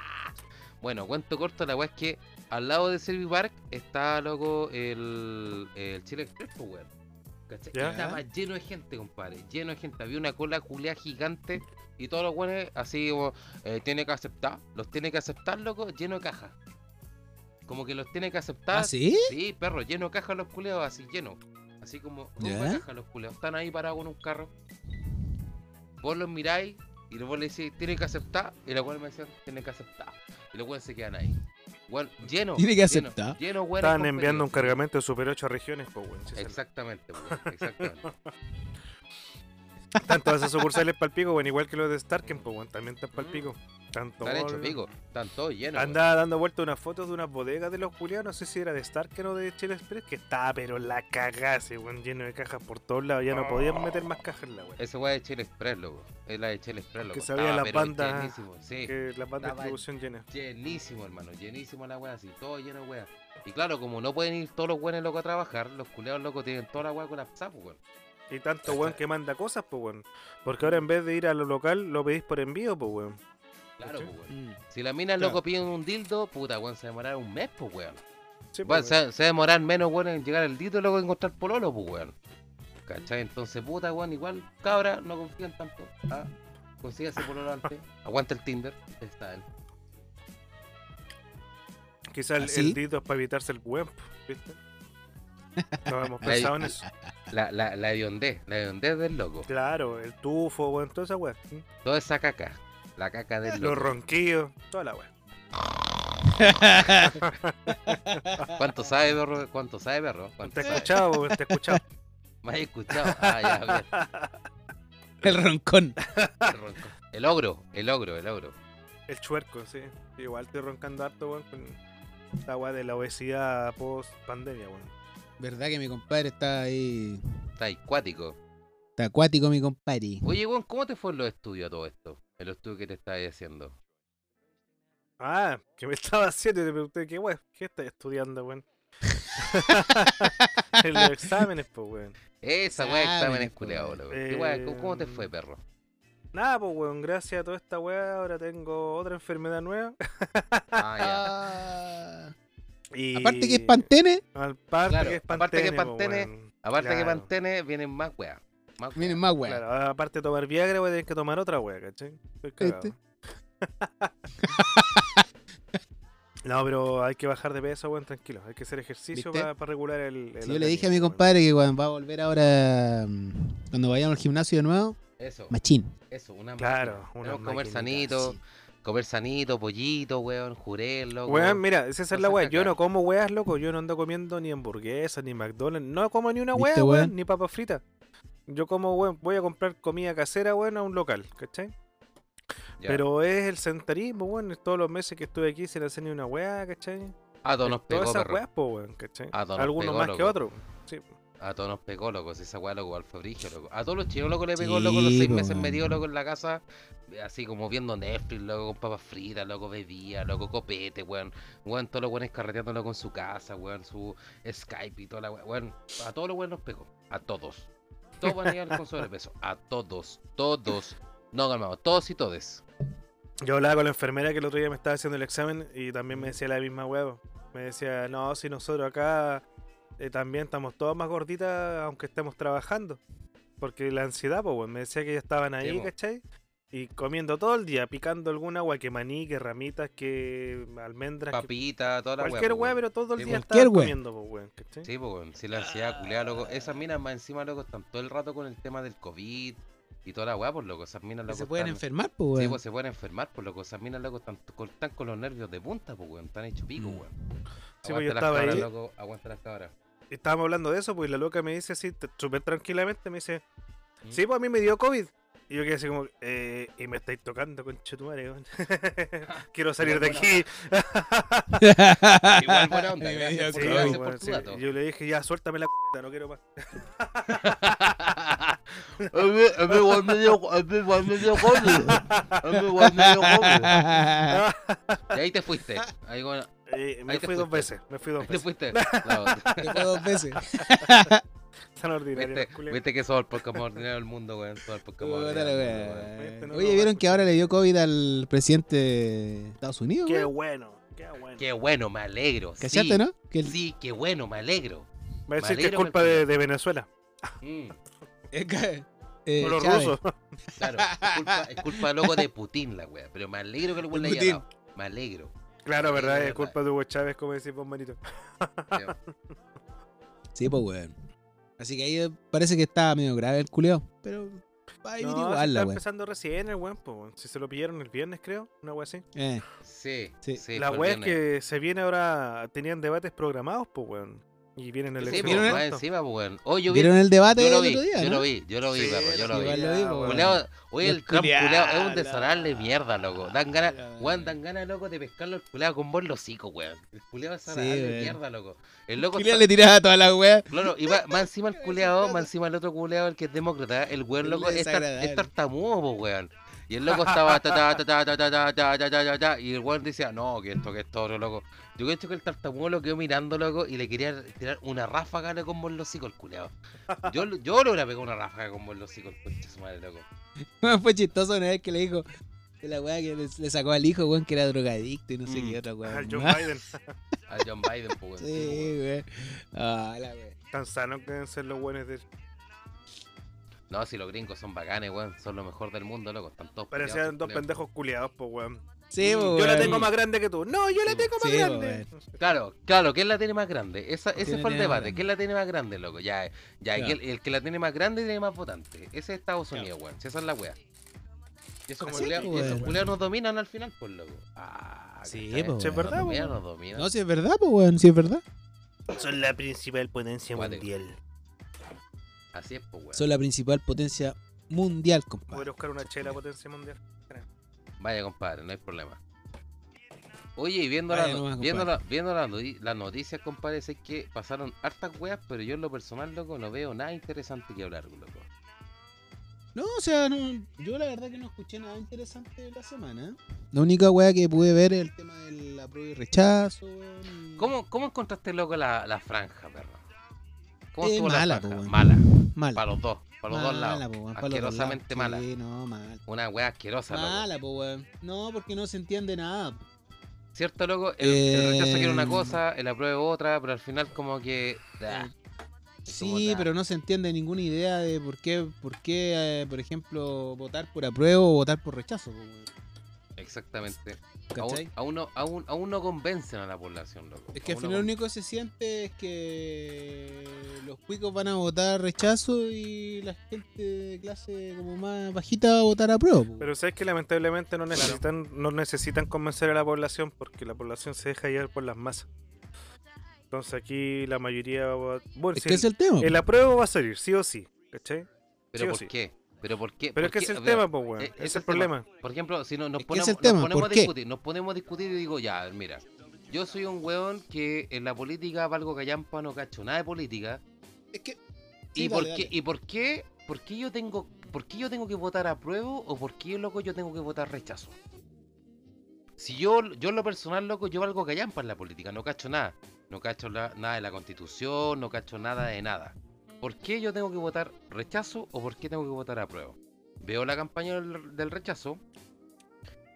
Bueno, cuento corto, la weá es que al lado de Servipark está, loco, el, el Chile Express, po, weón. ¿Cachai? Ya. Estaba lleno de gente, compadre. Lleno de gente. Había una cola culea gigante y todos los weones así como, eh, tiene que aceptar. Los tiene que aceptar, loco, lleno de cajas. Como que los tiene que aceptar. ¿Ah, sí? Sí, perro, lleno de cajas los culeados, así lleno. Así como ¿Ya? caja cajas los culeados. Están ahí parados con un carro. Vos los miráis y luego le decís, tienen que aceptar. Y los cuales me decían, tienen que aceptar. Y los cuales se quedan ahí. Bueno, lleno. Tiene que lleno, aceptar. Lleno, güey. Estaban enviando un cargamento de Super 8 a regiones, po, weón. si se- Exactamente, güey, exactamente. Están todas esas sucursales pal pico, weón, igual que los de Starken, po, weón, también están pal Mm. pico. Tanto Están hechos pico, están todos llenos. güey. Andaba dando vuelta unas fotos de unas bodegas de los culiados, no sé si era de Starken o de Chile Express, que estaba pero la cagase, weón, lleno de cajas por todos lados, ya no podían meter más cajas en la weón. Esa weá de Chile Express, loco. Es la de Chile Express, loco. Que sabía Estaba, la pero banda llenísimo, Sí. Que las bandas de Estaba- distribución llenas. Llenísimo, hermano, llenísimo la wea, así, todo lleno de wea. Y claro, como no pueden ir todos los weones locos a trabajar, los culeados locos tienen toda la wea colapsada, pues, weón. Y tanto weón que manda cosas, po, weón. Porque ahora en vez de ir a lo local, lo pedís por envío, po, weón. Claro, ¿Cachai? pues, weón. Mm. Si las minas Claro. loco piden un dildo, puta, weón, se demorar un mes, pues, weón. Sí, po, Weón, weón. se, se demorar menos, weón, en llegar el dildo, loco, en encontrar pololo, pues, weón. ¿Cachai? Entonces, puta, weón, igual, cabra, no confían tanto. Ah, consígase pololo antes, aguanta el Tinder, está él. Quizás el, ¿Así? el dito es para evitarse el weón, po, ¿viste? No hemos pensado en eso. La, la, la hediondez, la hediondez del loco. Claro, el tufo, weón, toda esa weón. Toda esa caca. La caca del Los loco. ronquidos, toda la weón. ¿Cuánto sabe, perro? ¿Cuánto sabe, perro? Te ¿Cuánto he sabe? escuchado, weón, te he escuchado. ¿Me has escuchado? Ah, ya, bien. El roncón. El ronco. El ogro, el ogro, el ogro. El chuerco, sí. Igual estoy roncando harto, weón, con esta weá de la obesidad post pandemia, weón. Verdad que mi compadre está ahí. Está ahí, cuático. Está acuático mi compadre. Oye, weón, ¿cómo te fue en los estudios a todo esto? En los estudios que te estabas haciendo. Ah, que me estaba haciendo y te pregunté qué weón, qué estás estudiando, weón. en los exámenes, pues, weón. Esa weá Ah, estaba en mira, esculeado, weón. loco. ¿Qué weá? ¿Cómo- ¿Cómo te Em, fue, perro? Nada, pues, weón, gracias a toda esta weá, ahora tengo otra enfermedad nueva. Ah, ya. Ah. Y... Aparte que es pantene, Aparte Claro, que es pantene. aparte que po, pantene, weón. Aparte que claro, mantene, vienen más weá. Más weá. miren más weón. Claro, ahora aparte de tomar Viagra, voy a tener que tomar otra wea, ¿cachai? Estoy cagado. Este. No, pero hay que bajar de peso, weón, tranquilo. Hay que hacer ejercicio ¿Viste? para regular el. el Si yo le dije a mi organismo, weón. compadre que cuando va a volver ahora, mm, cuando vayamos al gimnasio de nuevo, Eso, machín. eso, una Claro, máquina. una Tenemos que comer maquinita, sanito, Sí. comer sanito, pollito, weón, jurel, loco. Weón, mira, esa es la Cosas weá. Yo acá. no como weas, loco. Yo no ando comiendo ni hamburguesas, ni McDonald's. No como ni una wea, ¿Viste, weón? weón? ni papas fritas. Yo como, weón, voy a comprar comida casera, weón, a un local, ¿cachai? Ya. Pero es el sentarismo, weón. es Todos los meses que estuve aquí sin hacer ni una wea, ¿cachai? a todos Ah, nos Todas pegó, esas perro. weas, po, weón, ¿cachai? Ah, todos nos Algunos pegó, más que loco. otros. Sí. A todos nos pegó, loco. si Esa weá, loco, al Fabrigio, loco. A todos los chinos, loco, le pegó, loco, los Sí, seis po, meses weón. metidos, loco, en la casa. Así como viendo Netflix, loco, con papas fritas, loco, bebía, loco, copete, weón. Weón, todos los weones carreteándolo con su casa, weón, su Skype y toda la weá. Weón, a todos los weones nos pegó. A todos. Todos van a llegar con sobrepeso. A todos. Todos. No, calmado. Todos y todes. Yo hablaba con la enfermera que el otro día me estaba haciendo el examen y también Mm. me decía la misma huevo. Me decía, no, si nosotros acá eh, también estamos todos más gorditas, aunque estemos trabajando. Porque la ansiedad, pues, weón, me decía que ya estaban ahí, Sí, po. ¿cachai? Y comiendo todo el día, picando alguna agua, que maní, que ramitas, que almendras, que Papita, toda la weá, cualquier po, hueá, pero todo el Sí, día po. estaban Cualquier hueá. comiendo, pues, weón, ¿cachai? Sí, pues, weón, sí, la ansiedad culiada, loco. Esas minas más encima, loco, están todo el rato con el tema del COVID y toda la weá, pues, loco. Esas minas, Que loco. se pueden están- enfermar, pues weón. Sí, pues se pueden enfermar, pues, loco. Esas minas, loco, están, con- están con los nervios de punta, pues, weón. Están hechos pico, Mm. weón. Sí, pues, yo Aguanta las estaba cabras, ahí. loco. Aguanta las cabras. Y estábamos hablando de eso, pues y la loca me dice así, t- súper tranquilamente, me dice, ¿Mm? sí, pues a mí me dio COVID. Y yo quedé así como, eh, y me estáis tocando, conchetumare, weón. Quiero salir de buena aquí. Igual buena onda, Y me gracias dio Sí, Porque lo COVID. haces weón, por tu sí. dato. Yo le dije, ya, suéltame la c***, no quiero más. a mí, a mí igual me dio, a mí igual me dio COVID. A mí igual me dio COVID. Y ahí te fuiste. Ahí, bueno, Eh, me Ahí te fui dos fuiste. veces, me fui dos ahí te veces. fuiste. No, Te fue dos veces. Tan ordinario. Viste, los culiados. viste que somos el podcast más ordinario del mundo, weón. Somos el podcast más Puta la ordinario del weá. mundo, weón. Este no lo va Oye, a ¿vieron que escuchar. ahora le dio COVID al presidente de Estados Unidos? Qué weón? bueno, qué bueno. Qué bueno, me alegro. ¿Cachaste, sí, no? Que el- Sí, qué bueno, me alegro. Me decís que es Valero, culpa me de, de Venezuela, Mm, Eh, por los Chávez. rusos. claro, es culpa, es culpa loco de Putin la wea, pero me alegro que el weón la haya Putin. dado. Me alegro. Claro, verdad, Valero, es culpa de Hugo Chávez, como decís vos, manito. tío. Sí, pues weón. Así que ahí eh, parece que está medio grave el culeo. Pero va a ir No, si igual está la weón. empezando recién el weón, pues, weón. Si se lo pillaron el viernes, creo, una wea así. Eh, Sí, sí. Sí. la fue el wea es viernes. que se viene ahora, tenían debates programados, pues, weón. Y vienen Sí, elecciones. Ah, pues, ¿Vieron más el- encima, pues, weón. Oye, yo vi- ¿Vieron el debate yo del lo vi, otro día? yo no? lo vi, yo lo vi, Sí, perro, yo la lo vi. igual lo vi, digo, weón. culeado, Culeado- oye, Los el Trump culeado es culeados, un desagradable de la- mierda, loco. Dan ganas, la- weón, dan ganas, loco, de pescarlo al culeado con vos los hocico, weón. El culeado es Sí, desagradable de weón. mierda, loco. El loco está- Culeado le tiraba a todas las weas. Claro, y va- más encima el Qué culeado, más desagradable. encima el otro culeado, el que es demócrata, el weón Es loco es, tar- es desagradable. tartamudo, po, weón. Y el loco estaba ta ta ta ta ta ta ta ta ta ta ta ta, y el weón decía, no, que esto, que esto, otro loco. Yo creo que el tartamudo lo quedó mirando, loco, y le quería tirar una ráfaga loco, con bolosico el culeado. Yo, lo- yo le hubiera pegado una ráfaga con bolosico el concha de su madre, loco. Fue chistoso una vez que le dijo. de La weá que le, le sacó al hijo, weón, que era drogadicto y no sé Mm. qué otra weá. Al John más. Biden. A John Biden, po, weón. sí, po, weón. Sí, weón. Ah, la weá. Tan sano que deben ser los buenos de. No, si los gringos son bacanes, weón, son lo mejor del mundo, loco. Están todos culeados, Parecían dos culeados. pendejos culiados, pues weón. Sí, po, Yo la weón. tengo más grande que tú. No, yo la Sí, tengo más sí, grande. Claro, claro, ¿quién la tiene más grande? Esa, ese ¿Quién fue el la tiene más debate. grande? ¿Quién la tiene más grande, loco? Ya, ya, y Claro. el, el que la tiene más grande tiene más votantes. Ese es Estados Claro. Unidos, weón. Si esa es la wea. Y esos Así culiados es, y esos weón. culiados nos dominan al final, por loco. Ah, Sí, ¿cachai? po, Nos Sí, es verdad, dominan, po. nos dominan. No, si es verdad, pues, weón, si es verdad. Son la principal potencia Cuático. mundial. Así es, pues, weón. Son la principal potencia mundial, Poder compadre. buscar una chela potencia mundial. Vaya, compadre, no hay problema. Oye, y viendo, Vaya la- nomás, viendo, la- viendo la noti- las noticias, compadre, sé que pasaron hartas weas, pero yo en lo personal, loco, no veo nada interesante que hablar, loco. No, o sea, no, yo la verdad que no escuché nada interesante de la semana. La única weá que pude ver es el tema del apruebo y rechazo, weón. y- ¿Cómo, cómo encontraste, loco, la, la franja, perro? ¿Cómo Eh, estuvo mala, la franja? po, weón. mala, Mala. para los dos, para los dos lados. po, weón, pa' los dos Asquerosamente lados. mala. Sí, no, mal. Una wea asquerosa, loco. pues. Mala, po, weón. No, porque no se entiende nada. po. ¿Cierto, loco? El, el rechazo quiere una Eh, cosa, el apruebo otra, pero al final como que... ah, Eh. es como, Sí, ah, pero no se entiende ninguna idea de por qué, por qué, eh, por ejemplo, votar por apruebo o votar por rechazo, po, weón. Exactamente. ¿Cachai? Aún, aún, no, aún, aún no convencen a la población, loco. Es que al Aún no final lo único que se siente es que los cuicos van a votar rechazo y la gente de clase como más bajita va a votar a prueba. Pero sabes que lamentablemente no necesitan, no necesitan convencer a la población porque la población se deja llevar por las masas. Entonces aquí la mayoría va Bueno, es si que el, es el tema. po. el apruebo va a salir, sí o sí, ¿cachai? Sí ¿Pero o por sí. qué? ¿Pero por qué? Pero es ¿Por que qué? es el Vea, tema, pues, weón. eh, Ese es Es el el tema. problema. Por ejemplo, si no, nos, Es que ponemos, ese es el nos tema, ponemos ¿por a qué? discutir, nos ponemos a discutir y digo, ya, mira, yo soy un weón que en la política valgo callampa, no cacho nada de política. Es que- ¿Y, Sí, por dale, qué, dale. ¿Y por qué? ¿Por qué yo tengo, por qué yo tengo que votar apruebo o por qué, loco, yo tengo que votar rechazo? Si yo, yo en lo personal, loco, yo valgo callampa en la política, no cacho nada. No cacho la- nada de la constitución, no cacho nada de nada. ¿Por qué yo tengo que votar rechazo o por qué tengo que votar apruebo? Veo la campaña del, del rechazo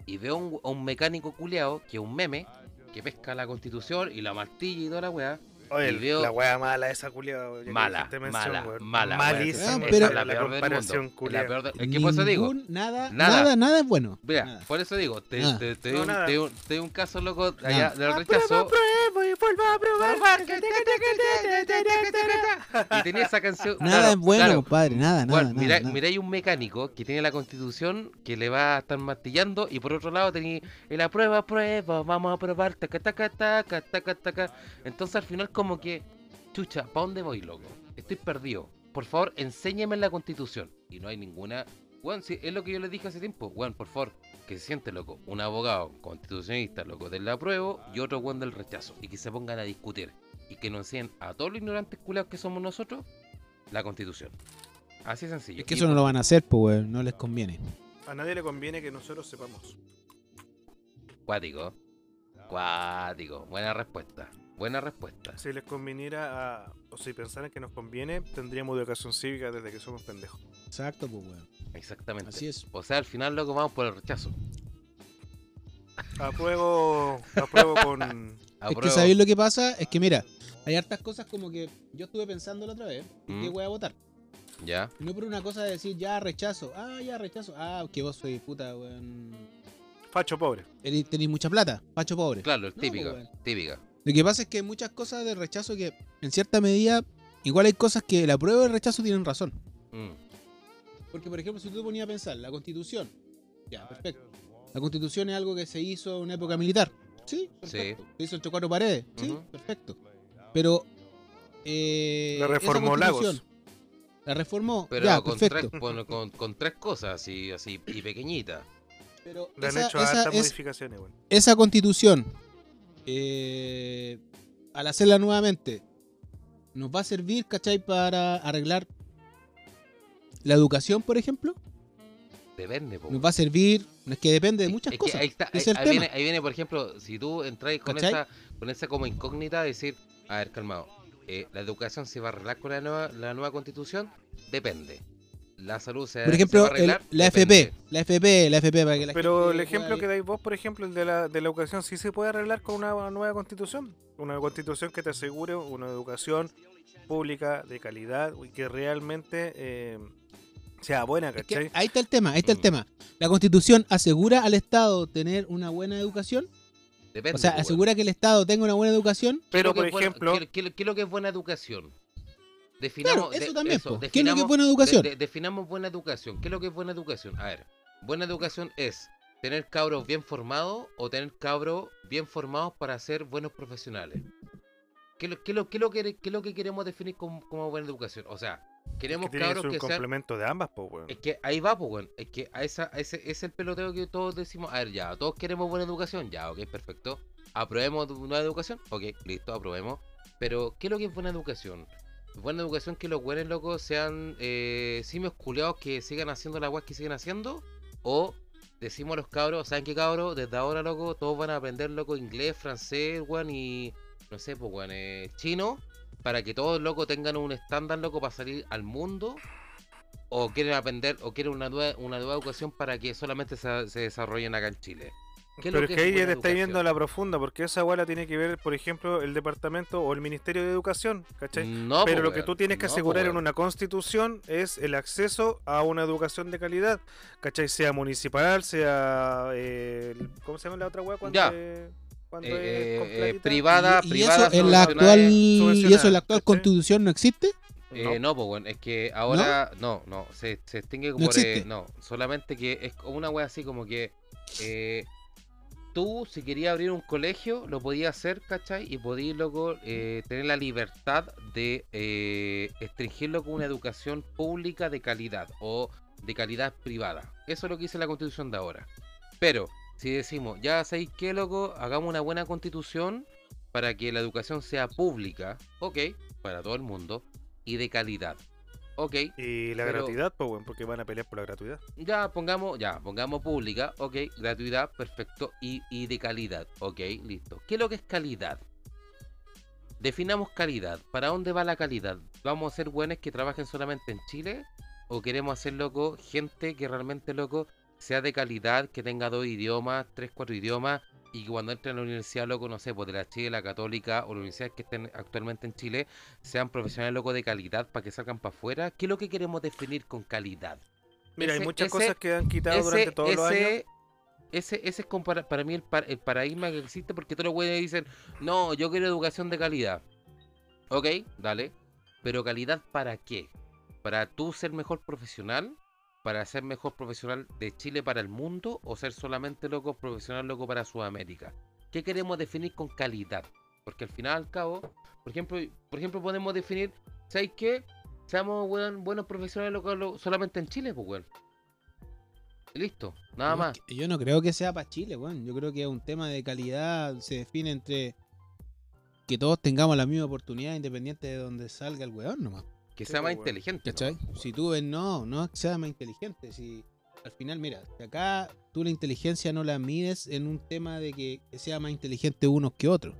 y veo un- a un mecánico culeado que es un meme que pesca la constitución y la martilla y toda la weá. Oye, Y veo- la wea mala esa culiada. ya que Mala, dijiste mención, mala, weón. mala, weón. Malísima. Esa es pero la la, peor del comparación mundo. culiada. La peor de- Es que por eso digo, Ningún- Nada, Nada. nada, nada, es bueno. Mira, Nada. por eso digo, te, Nada. te, te, No, doy un, nada. Ah, te doy un- te doy un caso loco de allá, Nada. del rechazo. apruebo y vuelvo a Y tenía esa canción. Nada claro, es bueno, claro. compadre. Nada, nada. Bueno, nada, mirá- nada. miráis un mecánico que tiene la constitución que le va a estar martillando y por otro lado tenéis la prueba, prueba, vamos a probar, taca, taca, taca, taca, taca. Entonces al final como que, chucha, ¿para dónde voy, loco? Estoy perdido. Por favor, enséñeme la constitución. Y no hay ninguna... Bueno, sí, es lo que yo les dije hace tiempo. Bueno, por favor, que se siente, loco, un abogado constitucionista, loco, del apruebo y otro weón del rechazo. Y que se pongan a discutir. Y que nos enseñen a todos los ignorantes culados que somos nosotros la constitución. Así de sencillo. Es que Y eso no lo van a hacer, pues, weón. No les conviene. A nadie le conviene que nosotros sepamos. Cuático. Cuático. Buena respuesta. Buena respuesta. Si les conviniera a- o si pensaran que nos conviene, tendríamos educación cívica desde que somos pendejos. Exacto, pues, weón. Exactamente. Así es. O sea, al final, loco, vamos por el rechazo. Apruebo, apruebo con. Es Apruebo. que sabéis lo que pasa, es que mira, hay hartas cosas como que yo estuve pensando la otra vez, Mm. ¿qué voy a votar? Ya. Y no por una cosa de decir, ya rechazo, ah, ya rechazo, ah, que vos sois puta, weón. Facho pobre. Eres- Tenéis mucha plata, pacho pobre. Claro, el No, típico. pues, bueno. Típica. Lo que pasa es que hay muchas cosas del rechazo que, en cierta medida, igual hay cosas que la prueba y el rechazo tienen razón. Mm. Porque, por ejemplo, si tú te ponías a pensar, la constitución, Ah, ya, perfecto. La constitución es algo que se hizo en una época militar. Sí, perfecto. Se hizo entre cuatro paredes. Sí, Ujú. perfecto. Pero. Eh, La esa reformó constitución, Lagos. La reformó. Pero ya, con, perfecto. tres, bueno, con, con tres cosas así, así y pequeñitas. Pero Le han esa, hecho esa- hartas es- modificaciones, weón. esa constitución, eh, al hacerla nuevamente, nos va a servir, ¿cachai? Para arreglar la educación, por ejemplo. Depende, po. Nos va a servir. Es que depende de Sí, muchas es que cosas. ahí, está, Ese ahí- es el ahí tema. viene, ahí viene, por ejemplo, si tú entráis con ¿Cachai? esa, con esa como incógnita, decir, a ver, calmado, eh, la educación se va a arreglar con la nueva, la nueva constitución, depende. La salud se, Por se ejemplo, va a arreglar, el- la depende. FP, la FP, la FP para que la Pero gente el pueda ejemplo ir- que dais vos, por ejemplo, el de la, de la educación, sí se puede arreglar con una nueva constitución. Una constitución que te asegure una educación pública de calidad y que realmente eh, O sea, buena, Es que ¿cachai? ahí está el tema, ahí está el Mm. tema. La constitución asegura al Estado tener una buena educación. Depende, O sea, pues, asegura que el Estado tenga una buena educación. ¿Qué es Pero, lo que por es buena- ejemplo, ¿qué, qué- qué es lo que es buena educación? Claro, Definamos, eso de- también. eso, po. ¿Qué es lo que es definamos- buena educación? de- de- definamos buena educación. ¿Qué es lo que es buena educación? A ver, buena educación es tener cabros bien formados o tener cabros bien formados para ser buenos profesionales. ¿Qué es lo, qué es lo, qué es lo que, qué es lo que queremos definir como, como buena educación? O sea, queremos que tiene que cabros ser un que sean complemento de ambas, pues, weón. es que ahí va, pues, weón. Es que a esa, a ese es el peloteo que todos decimos. A ver, ya, todos queremos buena educación. Ya, ok, perfecto. ¿Aprobemos de- una educación? Ok, listo, aprobemos. Pero, ¿qué es lo que es buena educación? Buena educación que los buenos locos sean eh, simios culeados que sigan haciendo la guas que siguen haciendo. O decimos a los cabros, ¿saben qué cabros? Desde ahora, loco, todos van a aprender, loco, inglés, francés, weón, y no sé, pues, weón, eh, chino. Para que todos, loco, tengan un estándar, loco, para salir al mundo o quieren aprender o quieren una nueva, una nueva educación para que solamente se, se desarrollen acá en Chile. ¿Qué es lo Pero es que que es ahí ya buena te estáis viendo educación? la profunda, porque esa weá la tiene que ver, por ejemplo, el departamento o el Ministerio de Educación, ¿cachai? No, Pero po, lo que Ah, pues, weón, tú tienes que no, pues, po, asegurar en weón. una constitución es el acceso a una educación de calidad, ¿cachai? Sea municipal, sea... eh, el- ¿Cómo se llama la otra weá? Cuando Ya. es- cuando Eh, es eh, con eh, platita. privada, Y- y, privada, eso en la subvencionada, actual y eso en subvencionada, la actual ¿cachai? constitución no existe. eh, no, po, weón, es que ahora no, no, se, se extingue como existe. no, solamente que es como una wea así como que eh, tú si querías abrir un colegio lo podías hacer, ¿cachai? Y podías loco eh, tener la libertad de eh, restringirlo con una educación pública de calidad o de calidad privada. Eso es lo que dice la constitución de ahora. Pero si decimos, ya sabéis qué, loco, hagamos una buena constitución para que la educación sea pública, ok, para todo el mundo, y de calidad. Ok, Y la Pero- gratuidad, pues, weón, porque van a pelear por la gratuidad. ya pongamos, ya, pongamos pública, ok, gratuidad, perfecto, y, y de calidad, ok, listo. ¿Qué es lo que es calidad? Definamos calidad. ¿Para dónde va la calidad? ¿Vamos a ser buenos que trabajen solamente en Chile? ¿O queremos hacer, loco, gente que realmente, loco, sea de calidad, que tenga dos idiomas, tres, cuatro idiomas, y que cuando entren a la universidad, loco, no sé, pues de la Chile, la Católica o las universidades que estén actualmente en Chile, sean profesionales, loco, de calidad para que salgan para afuera? ¿Qué es lo que queremos definir con calidad? Mira, hay Ese- muchas ese- cosas que han quitado durante todos los años. Ese, ese es como para, para mí el, par- el paradigma que existe porque todos los güeyes dicen, no, yo quiero educación de calidad. Ok, dale. Pero calidad para qué? ¿Para tú ser mejor profesional? ¿Para ser mejor profesional de Chile para el mundo? ¿O ser solamente loco profesional loco para Sudamérica? ¿Qué queremos definir con calidad? Porque al final, al cabo, por ejemplo, por ejemplo podemos definir, ¿sabes qué? Seamos weón, buenos profesionales loco, lo- solamente en Chile, pues, weón. Listo, nada Yo es más. que- Yo no creo que sea para Chile, weón. Yo creo que es un tema de calidad. Se define entre que todos tengamos la misma oportunidad independiente de donde salga el weón nomás. Que Sí, sea más pues, weón. inteligente. ¿Cachai? Si tú ves, no, no es que sea más inteligente. Si al final, mira, si acá tú la inteligencia no la mides en un tema de que, que sea más inteligente unos que otros.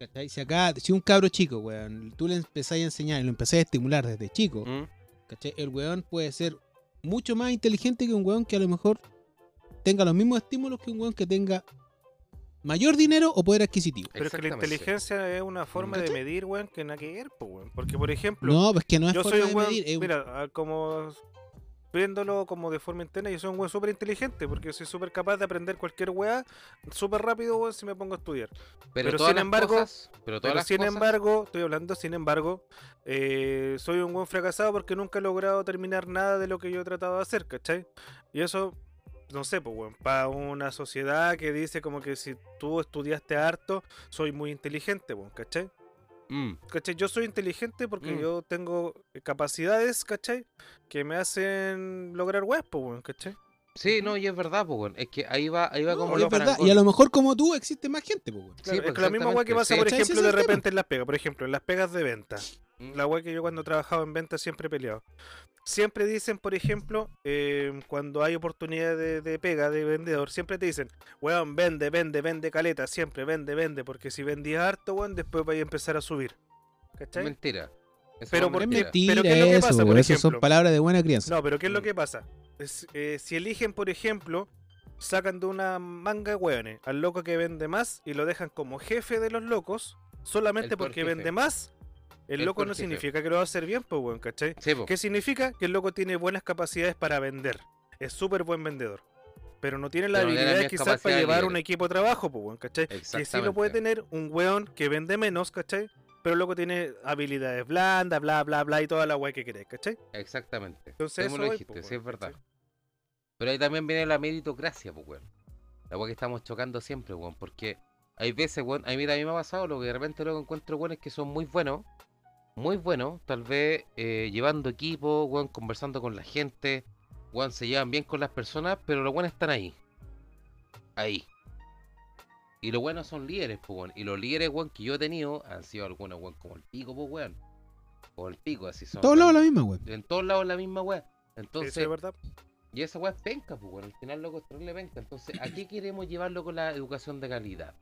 ¿Cachai? Si acá, si un cabro chico, weón, tú le empezás a enseñar y lo empezás a estimular desde chico, ¿no? Mm. ¿cachai? El weón puede ser mucho más inteligente que un weón que a lo mejor tenga los mismos estímulos que un weón que tenga mayor dinero o poder adquisitivo. Pero es que la Exactamente. inteligencia es una forma de ¿Cachai? medir, weón, que nada que ver, pues, weón. Porque, por ejemplo, No, pues que no es yo forma soy de un weón, medir. eh. es un- mira, ah, como viéndolo como de forma interna, yo soy un weón súper inteligente, porque soy súper capaz de aprender cualquier weá súper rápido, weón, si me pongo a estudiar. Pero, Pero todas sin las embargo- cosas- pero todas Pero las sin cosas- embargo, estoy hablando, sin embargo, eh, soy un buen fracasado porque nunca he logrado terminar nada de lo que yo he tratado de hacer, ¿cachai? Y eso, no sé, pues, weón, para una sociedad que dice como que si tú estudiaste harto, soy muy inteligente, weón, ¿cachai? Mm. ¿Cachai? Yo soy inteligente porque Mm. yo tengo capacidades, ¿cachai? Que me hacen lograr weas, pues, weón, ¿cachai? Sí, no, y es verdad, pues, weón. Es que ahí va, ahí va No, como y los es verdad. parangones. Y a lo mejor como tú existe más gente, pues, weón. Sí, Claro, pues, es que la misma wea que exactamente, pasa, sí. por ¿Cachai? Ese ejemplo, es de el tema. repente en las pegas. Por ejemplo, en las pegas de venta. Mm. La wea que yo cuando trabajaba en venta siempre he peleado. Siempre dicen, por ejemplo, eh, cuando hay oportunidad de, de pega de vendedor, siempre te dicen, weón, vende, vende, vende caleta, siempre vende, vende, porque si vendías harto, weón, después vais a empezar a subir. ¿Cachai? Mentira. Eso Pero es ¿por Es qué? mentira. mentira Pero ¿qué es lo que eso, pasa, por weón. Eso son ejemplo? palabras de buena crianza. No, pero ¿qué es lo Mm. que pasa? Es, eh, si eligen, por ejemplo, sacan de una manga de hueones al loco que vende más y lo dejan como jefe de los locos, solamente El peor porque jefe. vende más, El El Oh. loco no Jorge Feo. significa que lo va a hacer bien, pues, weón, ¿cachai? Sí, po. ¿Qué significa? Que el loco tiene buenas capacidades para vender. Es súper buen vendedor. Pero no tiene la Pero no tiene habilidad las mismas quizás para capacidades de llevar un líder. equipo de trabajo, pues, weón, ¿cachai? Que sí Exactamente. lo puede tener un weón que vende menos, ¿cachai? Pero el loco tiene habilidades blandas, bla, bla, bla, y toda la weá que querés, ¿cachai? Exactamente. Entonces, Tú me eso lo voy, dijiste, pues, sí, es weón, verdad. ¿cachai? Pero ahí también viene la meritocracia, pues, weón. La weón que estamos chocando siempre, weón. Porque hay veces, weón, a mí también me ha pasado lo que de repente luego encuentro, weón, es que son muy buenos. Muy buenos, tal vez eh, llevando equipo, weón, conversando con la gente. Weón, se llevan bien con las personas, pero los buenos están ahí. Ahí. Y los buenos son líderes, pues, weón. Y los líderes, weón, que yo he tenido han sido algunos, weón, como el pico, pues, weón. Como el pico, así son. Todos weón. lados la misma, weón. En todos lados la misma weá. Eso Entonces, es verdad. y esa weá es penca, pues, weón. Al final, loco, es terrible penca. Entonces, ¿a qué queremos llevarlo con la educación de calidad?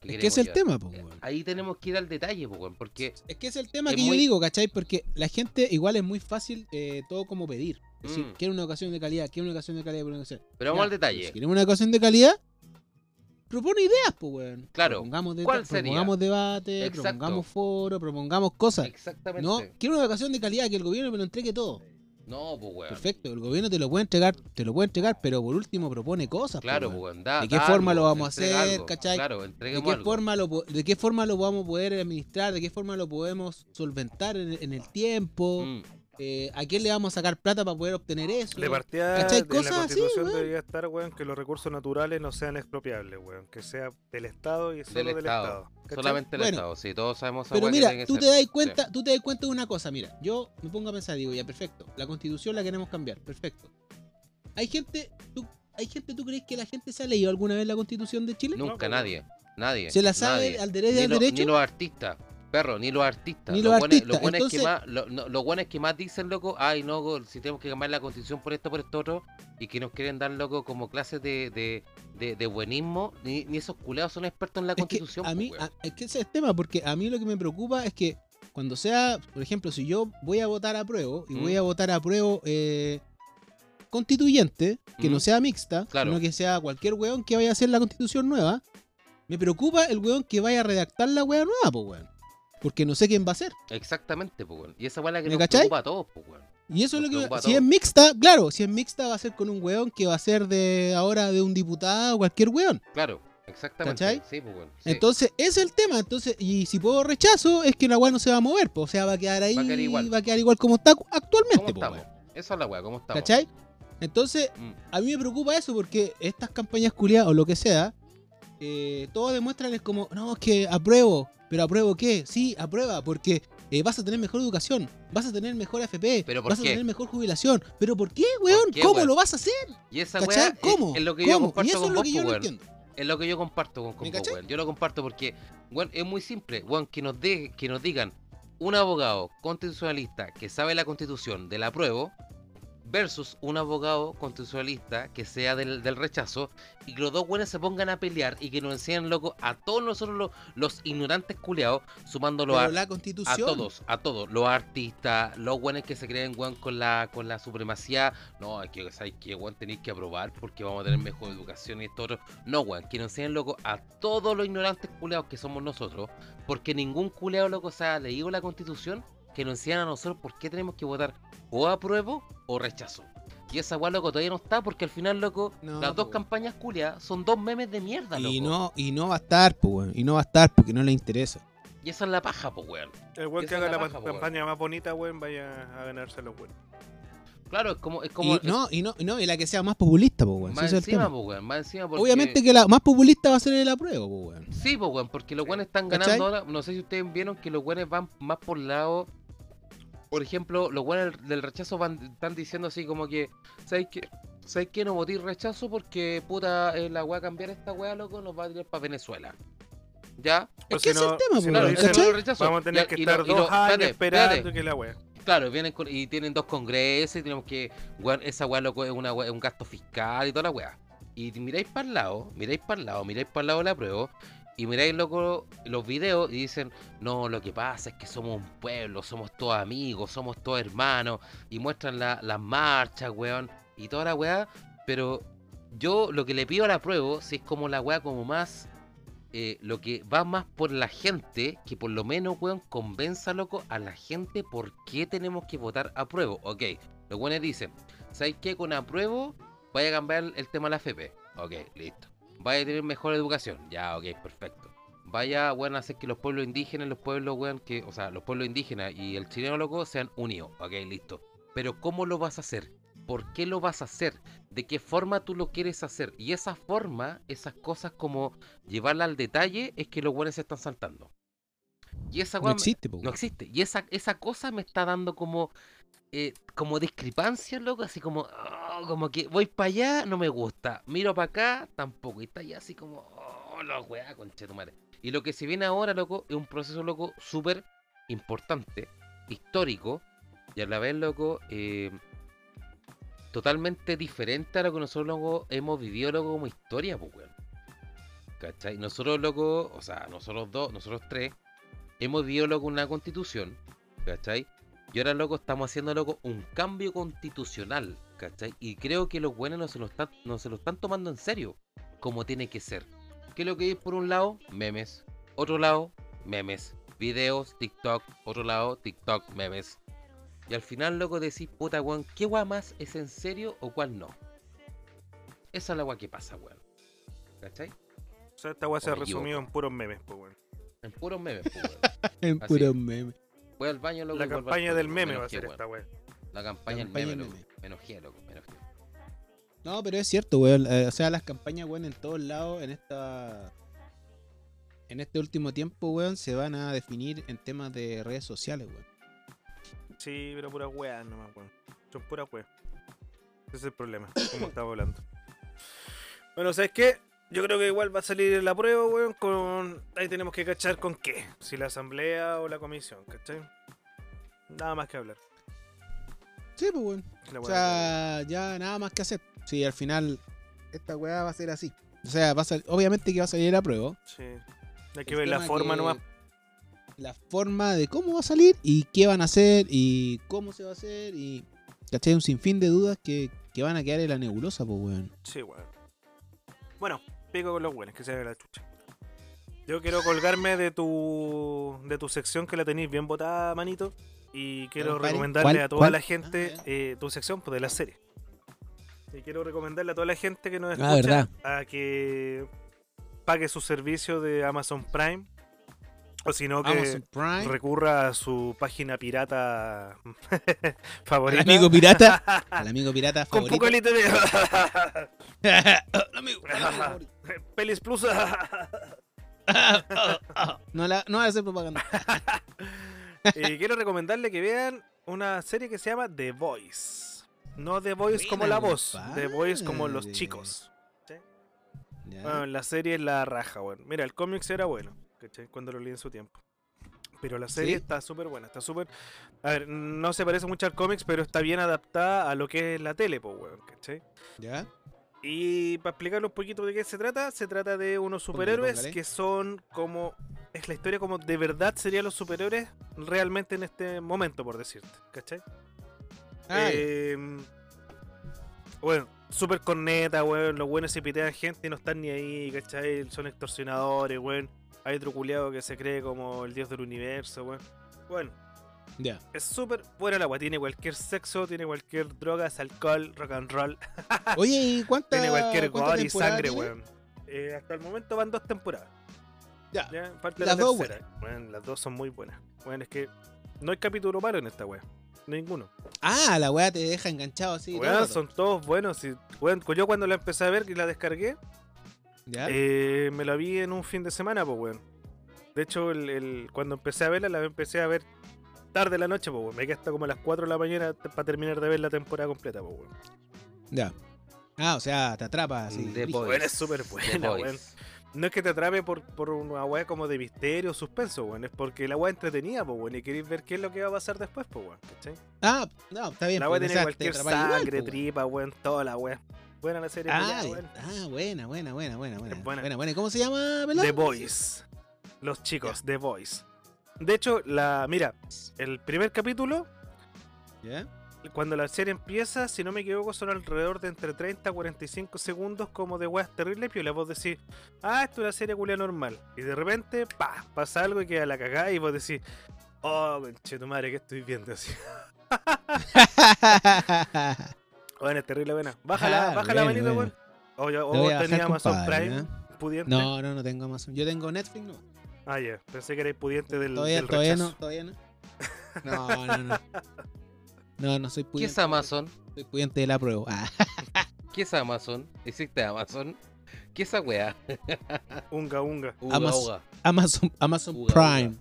¿Qué Es que queremos es el llevar? tema, pues, Eh, weón. Ahí tenemos que ir al detalle, pues, weón, Porque, Es que es el tema Es que muy- yo digo, ¿cachai? Porque la gente igual es muy fácil eh, todo como pedir. Es decir, Mm. quiero una ocasión de calidad, quiero una ocasión de calidad, quiero una ocasión. pero vamos Ya, al detalle. Si queremos una ocasión de calidad, propone ideas, pues, weón. Claro. Propongamos, deta- ¿Cuál sería? propongamos debate, Exacto. propongamos foro, propongamos cosas. No, Exactamente. quiero una ocasión de calidad que el gobierno me lo entregue todo. No, pues, weón. Perfecto, el gobierno te lo puede entregar, te lo puede entregar, pero por último propone cosas. pues, Claro, weón. pues, weón. da- ¿De qué da forma algo, lo vamos a entrega hacer, algo. cachai? Claro, ¿De entreguemos qué, algo. forma lo, po- ¿De qué forma lo vamos a poder administrar? ¿De qué forma lo podemos solventar en, en el tiempo? Mm, Eh, ¿A quién le vamos a sacar plata para poder obtener eso? De partida ¿Cachai? de la Cosas así, constitución weón. debería estar, weón, que los recursos naturales no sean expropiables, weón. Que sea del Estado y solo del, Estado. Estado. ¿cachai? Solamente el Bueno. Estado, sí, todos sabemos esa Pero weá que mira, tiene que tú ser. te, das Sí. cuenta, tú te das cuenta de una cosa. Mira, yo me pongo a pensar, digo, ya, perfecto. La constitución la queremos cambiar, perfecto. Hay gente, tú, hay gente, ¿tú crees que la gente se ha leído alguna vez la constitución de Chile? No, Nunca, pues, nadie. Nadie. ¿Se la sabe nadie. al derecho y ni al lo- derecho? Ni los artistas, perro, ni los artistas. Ni Lo los bueno es- lo artistas, bueno es que entonces- más, lo, no, lo bueno es que más dicen, loco, ay, no, go- si tenemos que cambiar la constitución por esto, por esto, otro, y que nos quieren dar, loco, como clases de, de, de, de buenismo, ni, ni esos culeados son expertos en la Es que constitución. a po, mí, weón. a- es que ese es el tema, porque a mí lo que me preocupa es que cuando sea, por ejemplo, si yo voy a votar a prueba y Mm. voy a votar a prueba eh, constituyente, que Mm. no sea mixta, Claro. sino que sea cualquier weón que vaya a hacer la constitución nueva, me preocupa el weón que vaya a redactar la weá nueva, pues weón. Porque no sé quién va a ser. Exactamente, po, weón. Y esa weá es la que ¿Me nos cachai? preocupa a todos, po, weón. Y eso Nos es lo que. preocupa a Si es todos. mixta, claro, si es mixta va a ser con un weón que va a ser de ahora de un diputado o cualquier weón. Claro, exactamente. ¿Cachai? Sí, po, weón. sí. Entonces, ese es el tema. Entonces, y si puedo rechazo, es que la weá no se va a mover, po. o sea, va a quedar ahí, Va a quedar igual. va a quedar igual como está cu- ¿Cómo actualmente, po, estamos? weón. Esa es la weá, ¿cómo estamos? ¿cachai? Entonces, Mm. a mí me preocupa eso porque estas campañas culiadas o lo que sea, eh, todo demuestran es como, no, es que apruebo, pero apruebo qué, sí, aprueba, porque eh, vas a tener mejor educación, vas a tener mejor AFP, ¿Pero por vas qué? a tener mejor jubilación, pero ¿por qué, weón? qué, ¿Cómo weón? lo vas a hacer? Y esa weá ¿Cachai? es- ¿Cómo? es lo que yo ¿Cómo? comparto y eso con es lo vos, que po, yo no weón. entiendo. es lo que yo comparto con, con ¿Me vos, cachai? weón. Yo lo comparto porque, weón, es muy simple, weón, que nos de, que nos digan un abogado constitucionalista que sabe la constitución del apruebo versus un abogado constitucionalista que sea del, del rechazo y que los dos weones se pongan a pelear y que nos enseñen, loco, a todos nosotros los, los ignorantes culeados, sumándolo Pero a, la a constitución. todos, a todos, los artistas, los weones que se creen weón con la con la supremacía, no, es que sabes que weón tenéis que aprobar porque vamos a tener mejor educación y esto otro. No, weón, que nos enseñen loco a todos los ignorantes culeados que somos nosotros, porque ningún culeado loco se ha leído la constitución que nos enseñan a nosotros por qué tenemos que votar o apruebo o rechazo. Y esa weón loco todavía no está porque al final, loco, No, las po, dos weón. campañas culeadas son dos memes de mierda, Ah, loco. Y no, y no va a estar, pues, weón. Y no va a estar porque no le interesa. Y esa es la paja, pues weón. El weón Esa que es haga la la, paja, po, weón. campaña más bonita, weón, vaya a ganarse los weón. Claro, es como, es como y, no, y no, y no, y la que sea más populista, pues, weón. más Ese es el encima, tema. pues weón, más encima porque... Obviamente que la más populista va a ser el apruebo, pues, weón. Sí, pues, weón, porque los Sí. weones están ganando ¿Cachai? ahora. No sé si ustedes vieron que los weones van más por lado. Por ejemplo, los weones del- del rechazo van, están diciendo así como que, ¿sabes qué? ¿Sabes qué? No voté rechazo porque, puta, eh, la weá cambiar esta weá, loco, nos va a tirar para Venezuela. ¿Ya? Pero Es que ese es el tema, si po, no Claro, lo weón, dicen, "Oh, eso no ¿cachai? lo rechazo. Vamos a tener Ya, que y lo- estar y lo- dos años espérate, esperando espérate. que la weón. Claro, vienen con- y tienen dos congresos y tenemos que. weón, esa weá loco es, una, weá- es un gasto fiscal y toda la weá. Y miráis para el lado, miráis para el lado, miráis para el lado la prueba. Y miráis loco los videos y dicen, no, lo que pasa es que somos un pueblo, somos todos amigos, somos todos hermanos. Y muestran la- las marchas, weón, y toda la weá. Pero yo lo que le pido a la prueba, si es como la weá como más eh, lo que va más por la gente, que por lo menos, weón, convenza, loco, a la gente por qué tenemos que votar apruebo. Ok, los weones dicen, ¿sabes qué? Con apruebo vaya a cambiar el tema de la FP. Ok, listo. Vaya a tener mejor educación. Ya, ok, perfecto. Vaya, weón, a hacer que los pueblos indígenas, los pueblos, weón, que, o sea, los pueblos indígenas y el chileno, loco, sean unidos. Ok, listo. Pero ¿cómo lo vas a hacer? ¿Por qué lo vas a hacer? ¿De qué forma tú lo quieres hacer? Y esa forma, esas cosas como llevarla al detalle, es que los weones se están saltando. Y esa No weón, existe, po, no weón. existe. Y esa, esa cosa me está dando como eh, como discrepancia, loco, así como ah, como que voy para allá, no me gusta. Miro para acá, tampoco. Y está ya así como, oh, la weá, conchetumare. Y lo que se viene ahora, loco, es un proceso, loco, súper importante, histórico, y a la vez, loco, eh, totalmente diferente a lo que nosotros, loco, hemos vivido, loco, como historia, pues, weón. ¿Cachai? Nosotros, loco, o sea, nosotros dos, nosotros tres, hemos vivido, loco, una constitución, ¿cachai? Y ahora, loco, estamos haciendo, loco, un cambio constitucional, ¿cachai? Y creo que los buenos no se lo están, no se lo están tomando en serio, como tiene que ser. ¿Qué es lo que es por un lado? Memes. Otro lado, memes. Videos, TikTok. Otro lado, TikTok, memes. Y al final, loco, decís, puta, weón, ¿qué weá más es en serio o cuál no? Esa es la weá que pasa, weón. ¿Cachai? O sea, esta weá se O ha me equivoco. resumido en puros memes, pues, weón. En puros memes, pues, weón. En Así puro es. meme. Voy al baño, loco. La y vuelvo al campaña toque, del weón, meme me va a enojé, ser weón. esta weá. La campaña del Campaña meme, del loco. meme. Me enojé, loco, me enojé. No, pero es cierto, weón. Eh, o sea, las campañas, weón, en todos lados, en esta. En este último tiempo, weón, se van a definir en temas de redes sociales, weón. Sí, pero puras weas nomás, weón. Son puras weas. Ese es el problema, como estaba hablando. Bueno, ¿sabes qué? Yo creo que igual va a salir la prueba, weón, con... Ahí tenemos que cachar con qué. Si la asamblea o la comisión, ¿cachai? Nada más que hablar. Sí, pues, weón. La O wea sea, ya nada más que hacer. Sí, al final, esta weá va a ser así. O sea, va a sal- obviamente que va a salir a prueba. que- Sí. Hay que El ver la tema forma que- nomás. La forma de cómo va a salir y qué van a hacer y cómo se va a hacer y. ¿Cachai? Un sinfín de dudas que, que van a quedar en la nebulosa, pues, weón. Sí, weón. Bueno, pico con los buenos, que se ve la chucha. Yo quiero colgarme de tu de tu sección que la tenéis bien botada, manito. Y quiero compadre. recomendarle ¿Cuál? a toda ¿Cuál? la gente Ah, eh, tu sección pues, de la serie. Y quiero recomendarle a toda la gente que nos Ah, escucha verdad. a que pague su servicio de Amazon Prime. O si no, que Amazon Prime. recurra a su página pirata Al favorita. amigo pirata. Al amigo pirata Con favorito. poco de... Al amigo pirata favorito. Pelis Plus. no, la, no va a hacer propaganda. y Eh, quiero recomendarle que vean una serie que se llama The Voice. No The Voice como la Buena, voz, The Voice como los compadre. chicos. Ya. Ah, Bueno, la serie es la raja, bueno. Mira, el cómics era bueno, ¿cachai? Cuando lo leí en su tiempo. Pero la serie ¿Sí? está súper buena, está súper... A ver, no se parece mucho al cómics, pero está bien adaptada a lo que es la tele, pues, weón, ¿cachai? ¿Ya? Y para explicarle un poquito de qué se trata, se trata de unos Póngale, superhéroes póngale. que son como. Es la historia como de verdad serían los superhéroes realmente en este momento, por decirte. ¿Cachai? Ah, ya. Eh, bueno, super corneta, weón. Los buenos se pitean gente y no están ni ahí, ¿cachai? Son extorsionadores, weón. Hay otro culiado que se cree como el dios del universo, weón. Bueno, ya. es súper buena la agua. Tiene cualquier sexo, tiene cualquier drogas, alcohol, rock and roll. Oye, ¿y cuánta, Tiene cualquier cuánta gol y temporada sangre, tiene? weón. Eh, hasta el momento van dos temporadas. Ya. Ya, falta Las la dos tercera. Weón, las dos son muy buenas. Bueno, es que no hay capítulo malo en esta weá. Ninguno. Ah, la weá te deja enganchado así. todo el Weón, rato. son todos buenos. Y, weón, yo cuando la empecé a ver y la descargué, ¿Ya? eh, me la vi en un fin de semana, pues weón. De hecho, el, el- cuando empecé a verla, la empecé a ver tarde en la noche, pues weón. Me quedé hasta como a las 4 de la mañana para terminar de ver la temporada completa, pues weón. ya. Ah, o sea, te atrapa así. The brígido. Boys. es súper The buena, Boys. weón. No es que te atrape por, por una weá como de misterio o suspenso, weón. Es porque la weá es entretenida, pues, weón. Y queréis ver qué es lo que va a pasar después, pues, weón. ¿Cachai? Ah, no, está bien. la pues, weá tiene o sea, te cualquier atrapa igual, sangre, pues, weón. tripa, weón. Toda la weá. Buena la serie, Ah, culiá, ya. weón. ah, buena, buena, buena, buena, buena. buena. Buena, buena. ¿Y ¿Cómo se llama, pelado? The Boys. Los chicos, The Boys. De hecho, la. Mira, el primer capítulo ¿Ya? cuando la serie empieza, si no me equivoco, son alrededor de entre 30 a 45 segundos como de weas terribles, pero la vos decís, ah, esto es una serie culia normal. Y de repente, pa, pasa algo y queda la cagada y vos decís, oh, conche tu madre, ¿qué estoy viendo así? Bueno, es terrible, buena. Bájala, Ah, bájala, bueno, manito, weón. bueno. O ya- o Lo voy a vos bajar, tenías Oh, Amazon compadre, Prime, ¿eh? pudiente. No, no, no tengo Amazon. Yo tengo Netflix, no. Ah, ya, pensé que erais pudiente del, Todavía, del todavía rechazo. no, todavía no. No, no, no. No, no soy ¿Qué pudiente. es Amazon? Soy pudiente de la prueba. Ah, ¿Qué es Amazon? ¿Existe Amazon? ¿Qué es esa weá? Unga, unga. Uga, Amazon. uga. Amazon, Amazon Uga, Prime.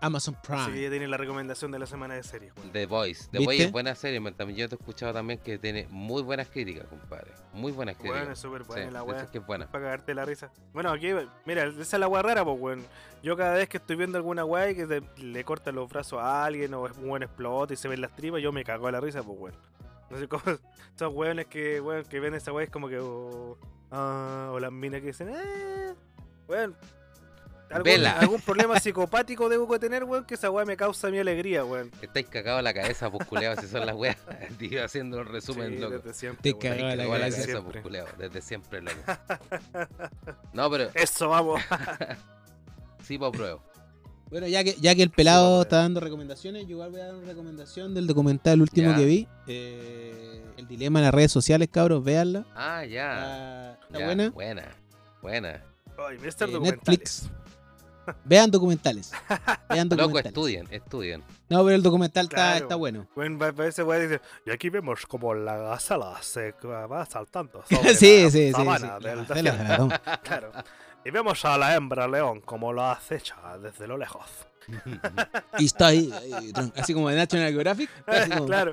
Amazon Así que Prime. ya tiene la recomendación de la semana de series, weón. The Voice. The ¿Viste? Voice es buena serie. me- también Yo te he escuchado también que tiene muy buenas críticas, compadre. Muy buenas críticas. Bueno, es súper Sí, buena la de wea. esas que es buena. Para cagarte la risa. Bueno, aquí, mira, esa es la weá rara, pues, weón. Yo cada vez que estoy viendo alguna weá y que te- le cortan los brazos a alguien o es un buen explota y se ven las tripas, yo me cago a la risa, pues, weón. No sé cómo. Esos weones que, weón, que ven esa weá es como que. oh, ah, o las minas que dicen, ah, weón. Algún, Vela. algún problema psicopático debo que tener, weón, que esa weá me causa mi alegría, weón. Estáis cagados la cabeza, posculeados, si son las weas. Tío, haciendo un resumen, Sí, loco. desde siempre, Te weón. Estáis Cagado la cagados la pues, cabeza. cabeza, Siempre. posculeados, Desde siempre, loco. No, pero Eso, vamos. sí, pues, para prueba. Bueno, ya que, ya que el pelado vamos a está dando recomendaciones, yo igual voy a dar una recomendación del documental último Ya. que vi. Eh, el dilema en las redes sociales, cabros, véanla. Ah, ya. Está- está ya, buena. Buena. Buena. Ay, este Mr. Eh, Documentales. Netflix. Vean documentales. Vean Loco, documentales. estudien, estudien. No, pero el documental está- Claro. está bueno. Bueno, va- va ese weá dice, y aquí vemos como la gazela se va saltando sobre sí, la sí, sí, sí. Ah, sabana La del Marcela desierto". Garadón. Claro. Y vemos a la hembra león como la acecha desde lo lejos. Y está ahí, ahí, tron- así como de National Geographic. así como- "Ah, claro.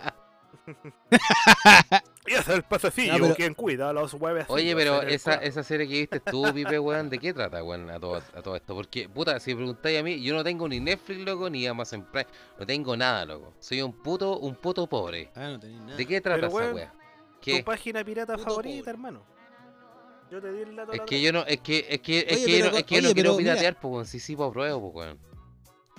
y es el pececillo No, pero- quien cuida a los huevos. Oye, pero esa, esa serie que viste tú, Pipe, weón, ¿de qué trata, weón, a todo, a todo esto? Porque, puta, si preguntáis a mí, yo no tengo ni Netflix, loco, ni Amazon Prime. No tengo nada, loco. Soy un puto, un puto pobre. Ah, no tenés nada. ¿De qué trata esa weón, weá? Tu ¿Qué? página pirata Puto favorita, pobre. hermano. Yo te di el dato. Es la que otra yo no, es que, es que, es que, yo Oye, pero no, es co- que yo no oye, quiero pero mira. piratear, pues, weón. Si sí, por prueba, pues, weón.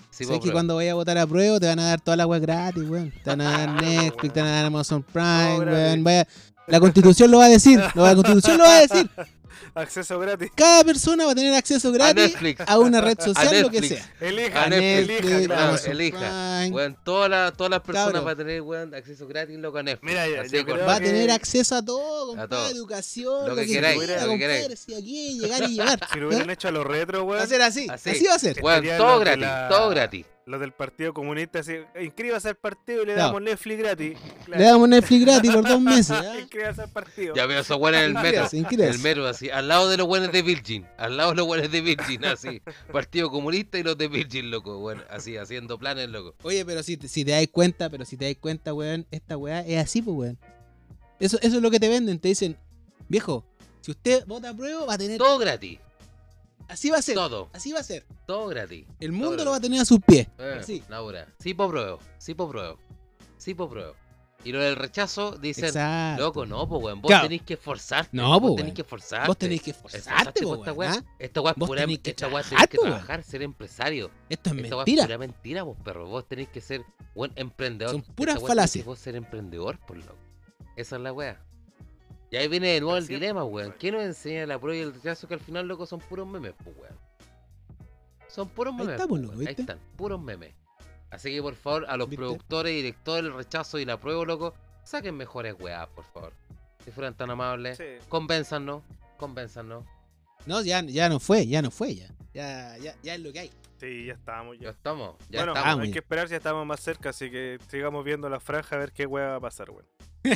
Sí, pues, ¿Sabes por que cuando vayas a votar a prueba te van a dar todas las weas gratis, weón? Te van a dar Netflix, te van a dar Amazon Prime, Todo gratis. weón. Vaya- La constitución lo va a decir, lo- la constitución lo va a decir. vez. Acceso gratis. Cada persona va a tener acceso A gratis Netflix. a una red social, A lo que Netflix. sea. Elija, A Netflix, elija, claro, claro. Amazon elija. Prime, Weón, todas las todas las personas Cabro. van a tener, weón, acceso gratis, loco, a Netflix. Mira, yo- Así yo con- creo Va a que- tener acceso a todo, compadre, Eh, todo. educación, Lo lo que que, queráis, quiera, lo que compadre, queráis. si aquí llegar y llegar. Si lo hubieran hecho a los retro, Va weón. a ser así, Así. así, va a ser. Weón, Sería lo todo que gratis, la- todo gratis. Los del Partido Comunista, así, inscríbase al partido y le No. damos Netflix gratis. Le damos Netflix gratis por dos meses. ¿ah? Inscríbase al partido. Ya veo esos weones en el metro. Increíble, El increíble. mero así, al lado de los buenos de Virgin, al lado de los buenos de Virgin, así, Partido Comunista y los de Virgin, loco, bueno, así, haciendo planes, loco. Oye, pero si, te- si te das cuenta, pero si te das cuenta, weón, esta weá es así, pues, weón. Eso, eso es lo que te venden, te dicen, viejo, si usted vota a prueba, va a tener... Todo gratis, Así va a ser, todo, así va a ser. todo gratis. El Todo mundo lo va a gratis. tener a sus pies. Eh, así. Laura, sí po pruebo, sí po pruebo, sí po pruebo. Y lo del rechazo dicen, Exacto. loco, no, pues weón, vos Claro. tenéis que esforzarte. No, po, vos weón. tenés que esforzarte. Vos tenés que esforzarte esforzarte, po, po, esta weón, weá. ¿ah? Esta weá es Vos pura, tenés que esta weá tenés trabajar, que po, weón. trabajar, ser empresario. Esto es Esta weá es mentira. pura mentira, vos, perro. Vos tenés que ser buen emprendedor. Son puras Esta weá falacias. tenés que Vos ser emprendedor, por loco. Esa es la weá. Y ahí viene de nuevo el Así es, dilema, pues, weón. weón. ¿Qué nos enseña la prueba y el rechazo que al final, loco, son puros memes, pues, weón? Son puros memes. está, pues, pues, loco, weón. Ahí ¿viste? están, puros memes. Así que, por favor, a los ¿Viste? productores, directores, el rechazo y la prueba, loco, saquen mejores weas, por favor. Si fueran tan amables, Sí. convénzanos, convénzanos. No, ya, ya no fue, ya no fue, ya. Ya, ya, ya es lo que hay. Sí, ya estamos. Ya Ya. estamos, ya bueno, estamos. hay ya. que esperar si estamos más cerca, así que sigamos viendo la franja a ver qué hueá va a pasar, weón.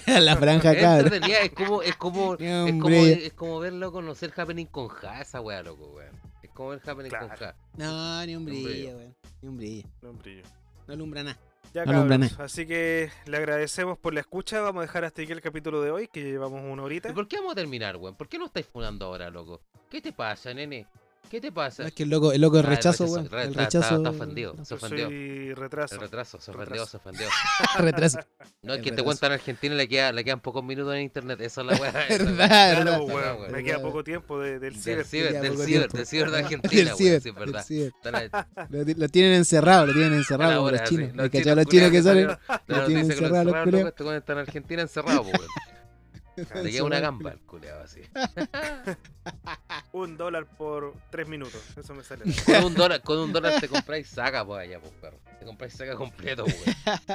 La franja, Es cabrón. entretenida, es como, es como, Ya, es como, hombre. es como verlo conocer Happening con Ja, esa weá, loco, weón. Es como ver Happening con Claro. Ja. No, ni un Ni un brillo. brillo, weón. Ni un brillo. No brillo. No alumbra nada. Ya No alumbra cabros, así que le agradecemos por la escucha. Vamos a dejar hasta aquí el capítulo de hoy, que ya llevamos una ¿Y horita. por qué vamos a terminar, weón? ¿Por qué no estáis funando ahora, loco? ¿Qué te pasa, nene? ¿Qué te pasa? No, es que el loco, el loco el Ah, el rechazo, rechazo, weón. el re- El está- está- rechazo. está ofendido. no, pues, Se Yo ofendió. soy retraso. El retraso, se ofendió, Retraso. se ofendió. retraso. No, es que El te retraso. cuentan en Argentina y le, queda, le quedan pocos minutos en internet. Esa es la weá. esa Verdad, weá. Claro, verdad. pues, weón, weón. me queda poco tiempo de- del ciber. Del ciber, Ya, del poco ciber, tiempo. del ciber de Del Argentina, weón. ciber, Sí, es del verdad. ciber. Está la- está Lo, ti- lo tienen encerrado, lo tienen encerrado la como hora, los así. chinos. Los ¿Hay cachado los chinos que salen? salieron- La tienen noticia que lo encerrado, los encerraron, culiaos. loco, este weón está en Argentina encerrado, po, pues, weón. Le queda una Encerrado. gamba al culeado así. Un dólar por tres minutos. Eso me sale. Con un dólar, con un dólar te compráis saca, pues allá, pues perro. Te compráis saca completo, weón.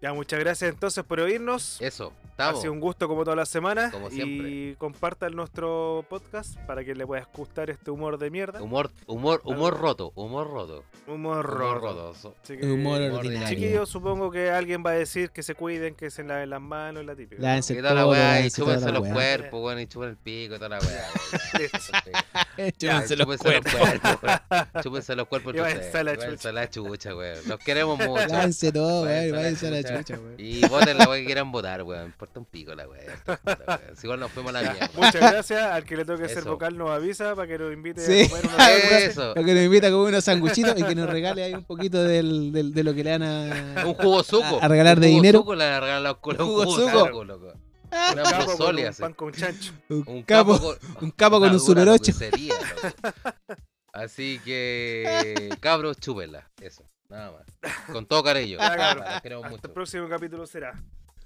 ya, muchas gracias entonces por oírnos. Eso, Ha estamos. sido un gusto como todas las semanas. Como y siempre. compartan nuestro podcast para que le pueda gustar este humor de mierda. Humor, humor, humor roto, humor roto. Humor Humor roto. roto. so- Así que, Humor Humor ordinario. Chiquillos, supongo que alguien va a decir que se cuiden, que se laven las manos, la típica. ¿no? Lávense Y el toda la codo, weá, y lávense toda chúpense la los weá. cuerpos, weón, y chupen el pico y toda la weá. Listo. weón. Chúpense los cuerpos. weón. Chúpense los cuerpos. Y váyanse a la chúpense chucha. la chucha, weón. Los queremos mucho. Lávense todo, Váyanse weón. a la Váyanse a la chucha. chucha, weón. Y voten la weá que quieran votar, weón. Importa un pico la weá. Si igual nos fuimos a la mierda. Muchas gracias. Al que le toque hacer Eso. vocal nos avisa para que nos invite a Sí. comer unos sándwiches. Eso. Lo que nos invita a comer unos sanguchitos y que nos regale ahí un poquito del, del- de lo que le dan Un a. jugo suco. A- a regalar Un de jugo dinero. suco le van a regalar a los culos, Un jugo jugo suco. suco, loco. Un Una capo con pozole, un así. pan con chancho. Un capo. con, un capo con una un Super dura 8. locuicería, loco. Así que, cabros, chúpenla. Eso, nada más. Con todo cariño. Ya, cabros. Los queremos Hasta mucho. el próximo capítulo será.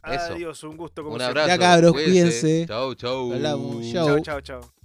Eso. Adiós, un gusto como Un siempre. abrazo. Ya, cabros, cuídense. Chau, chau. Hablamos. Chau. Chao, chao, chao.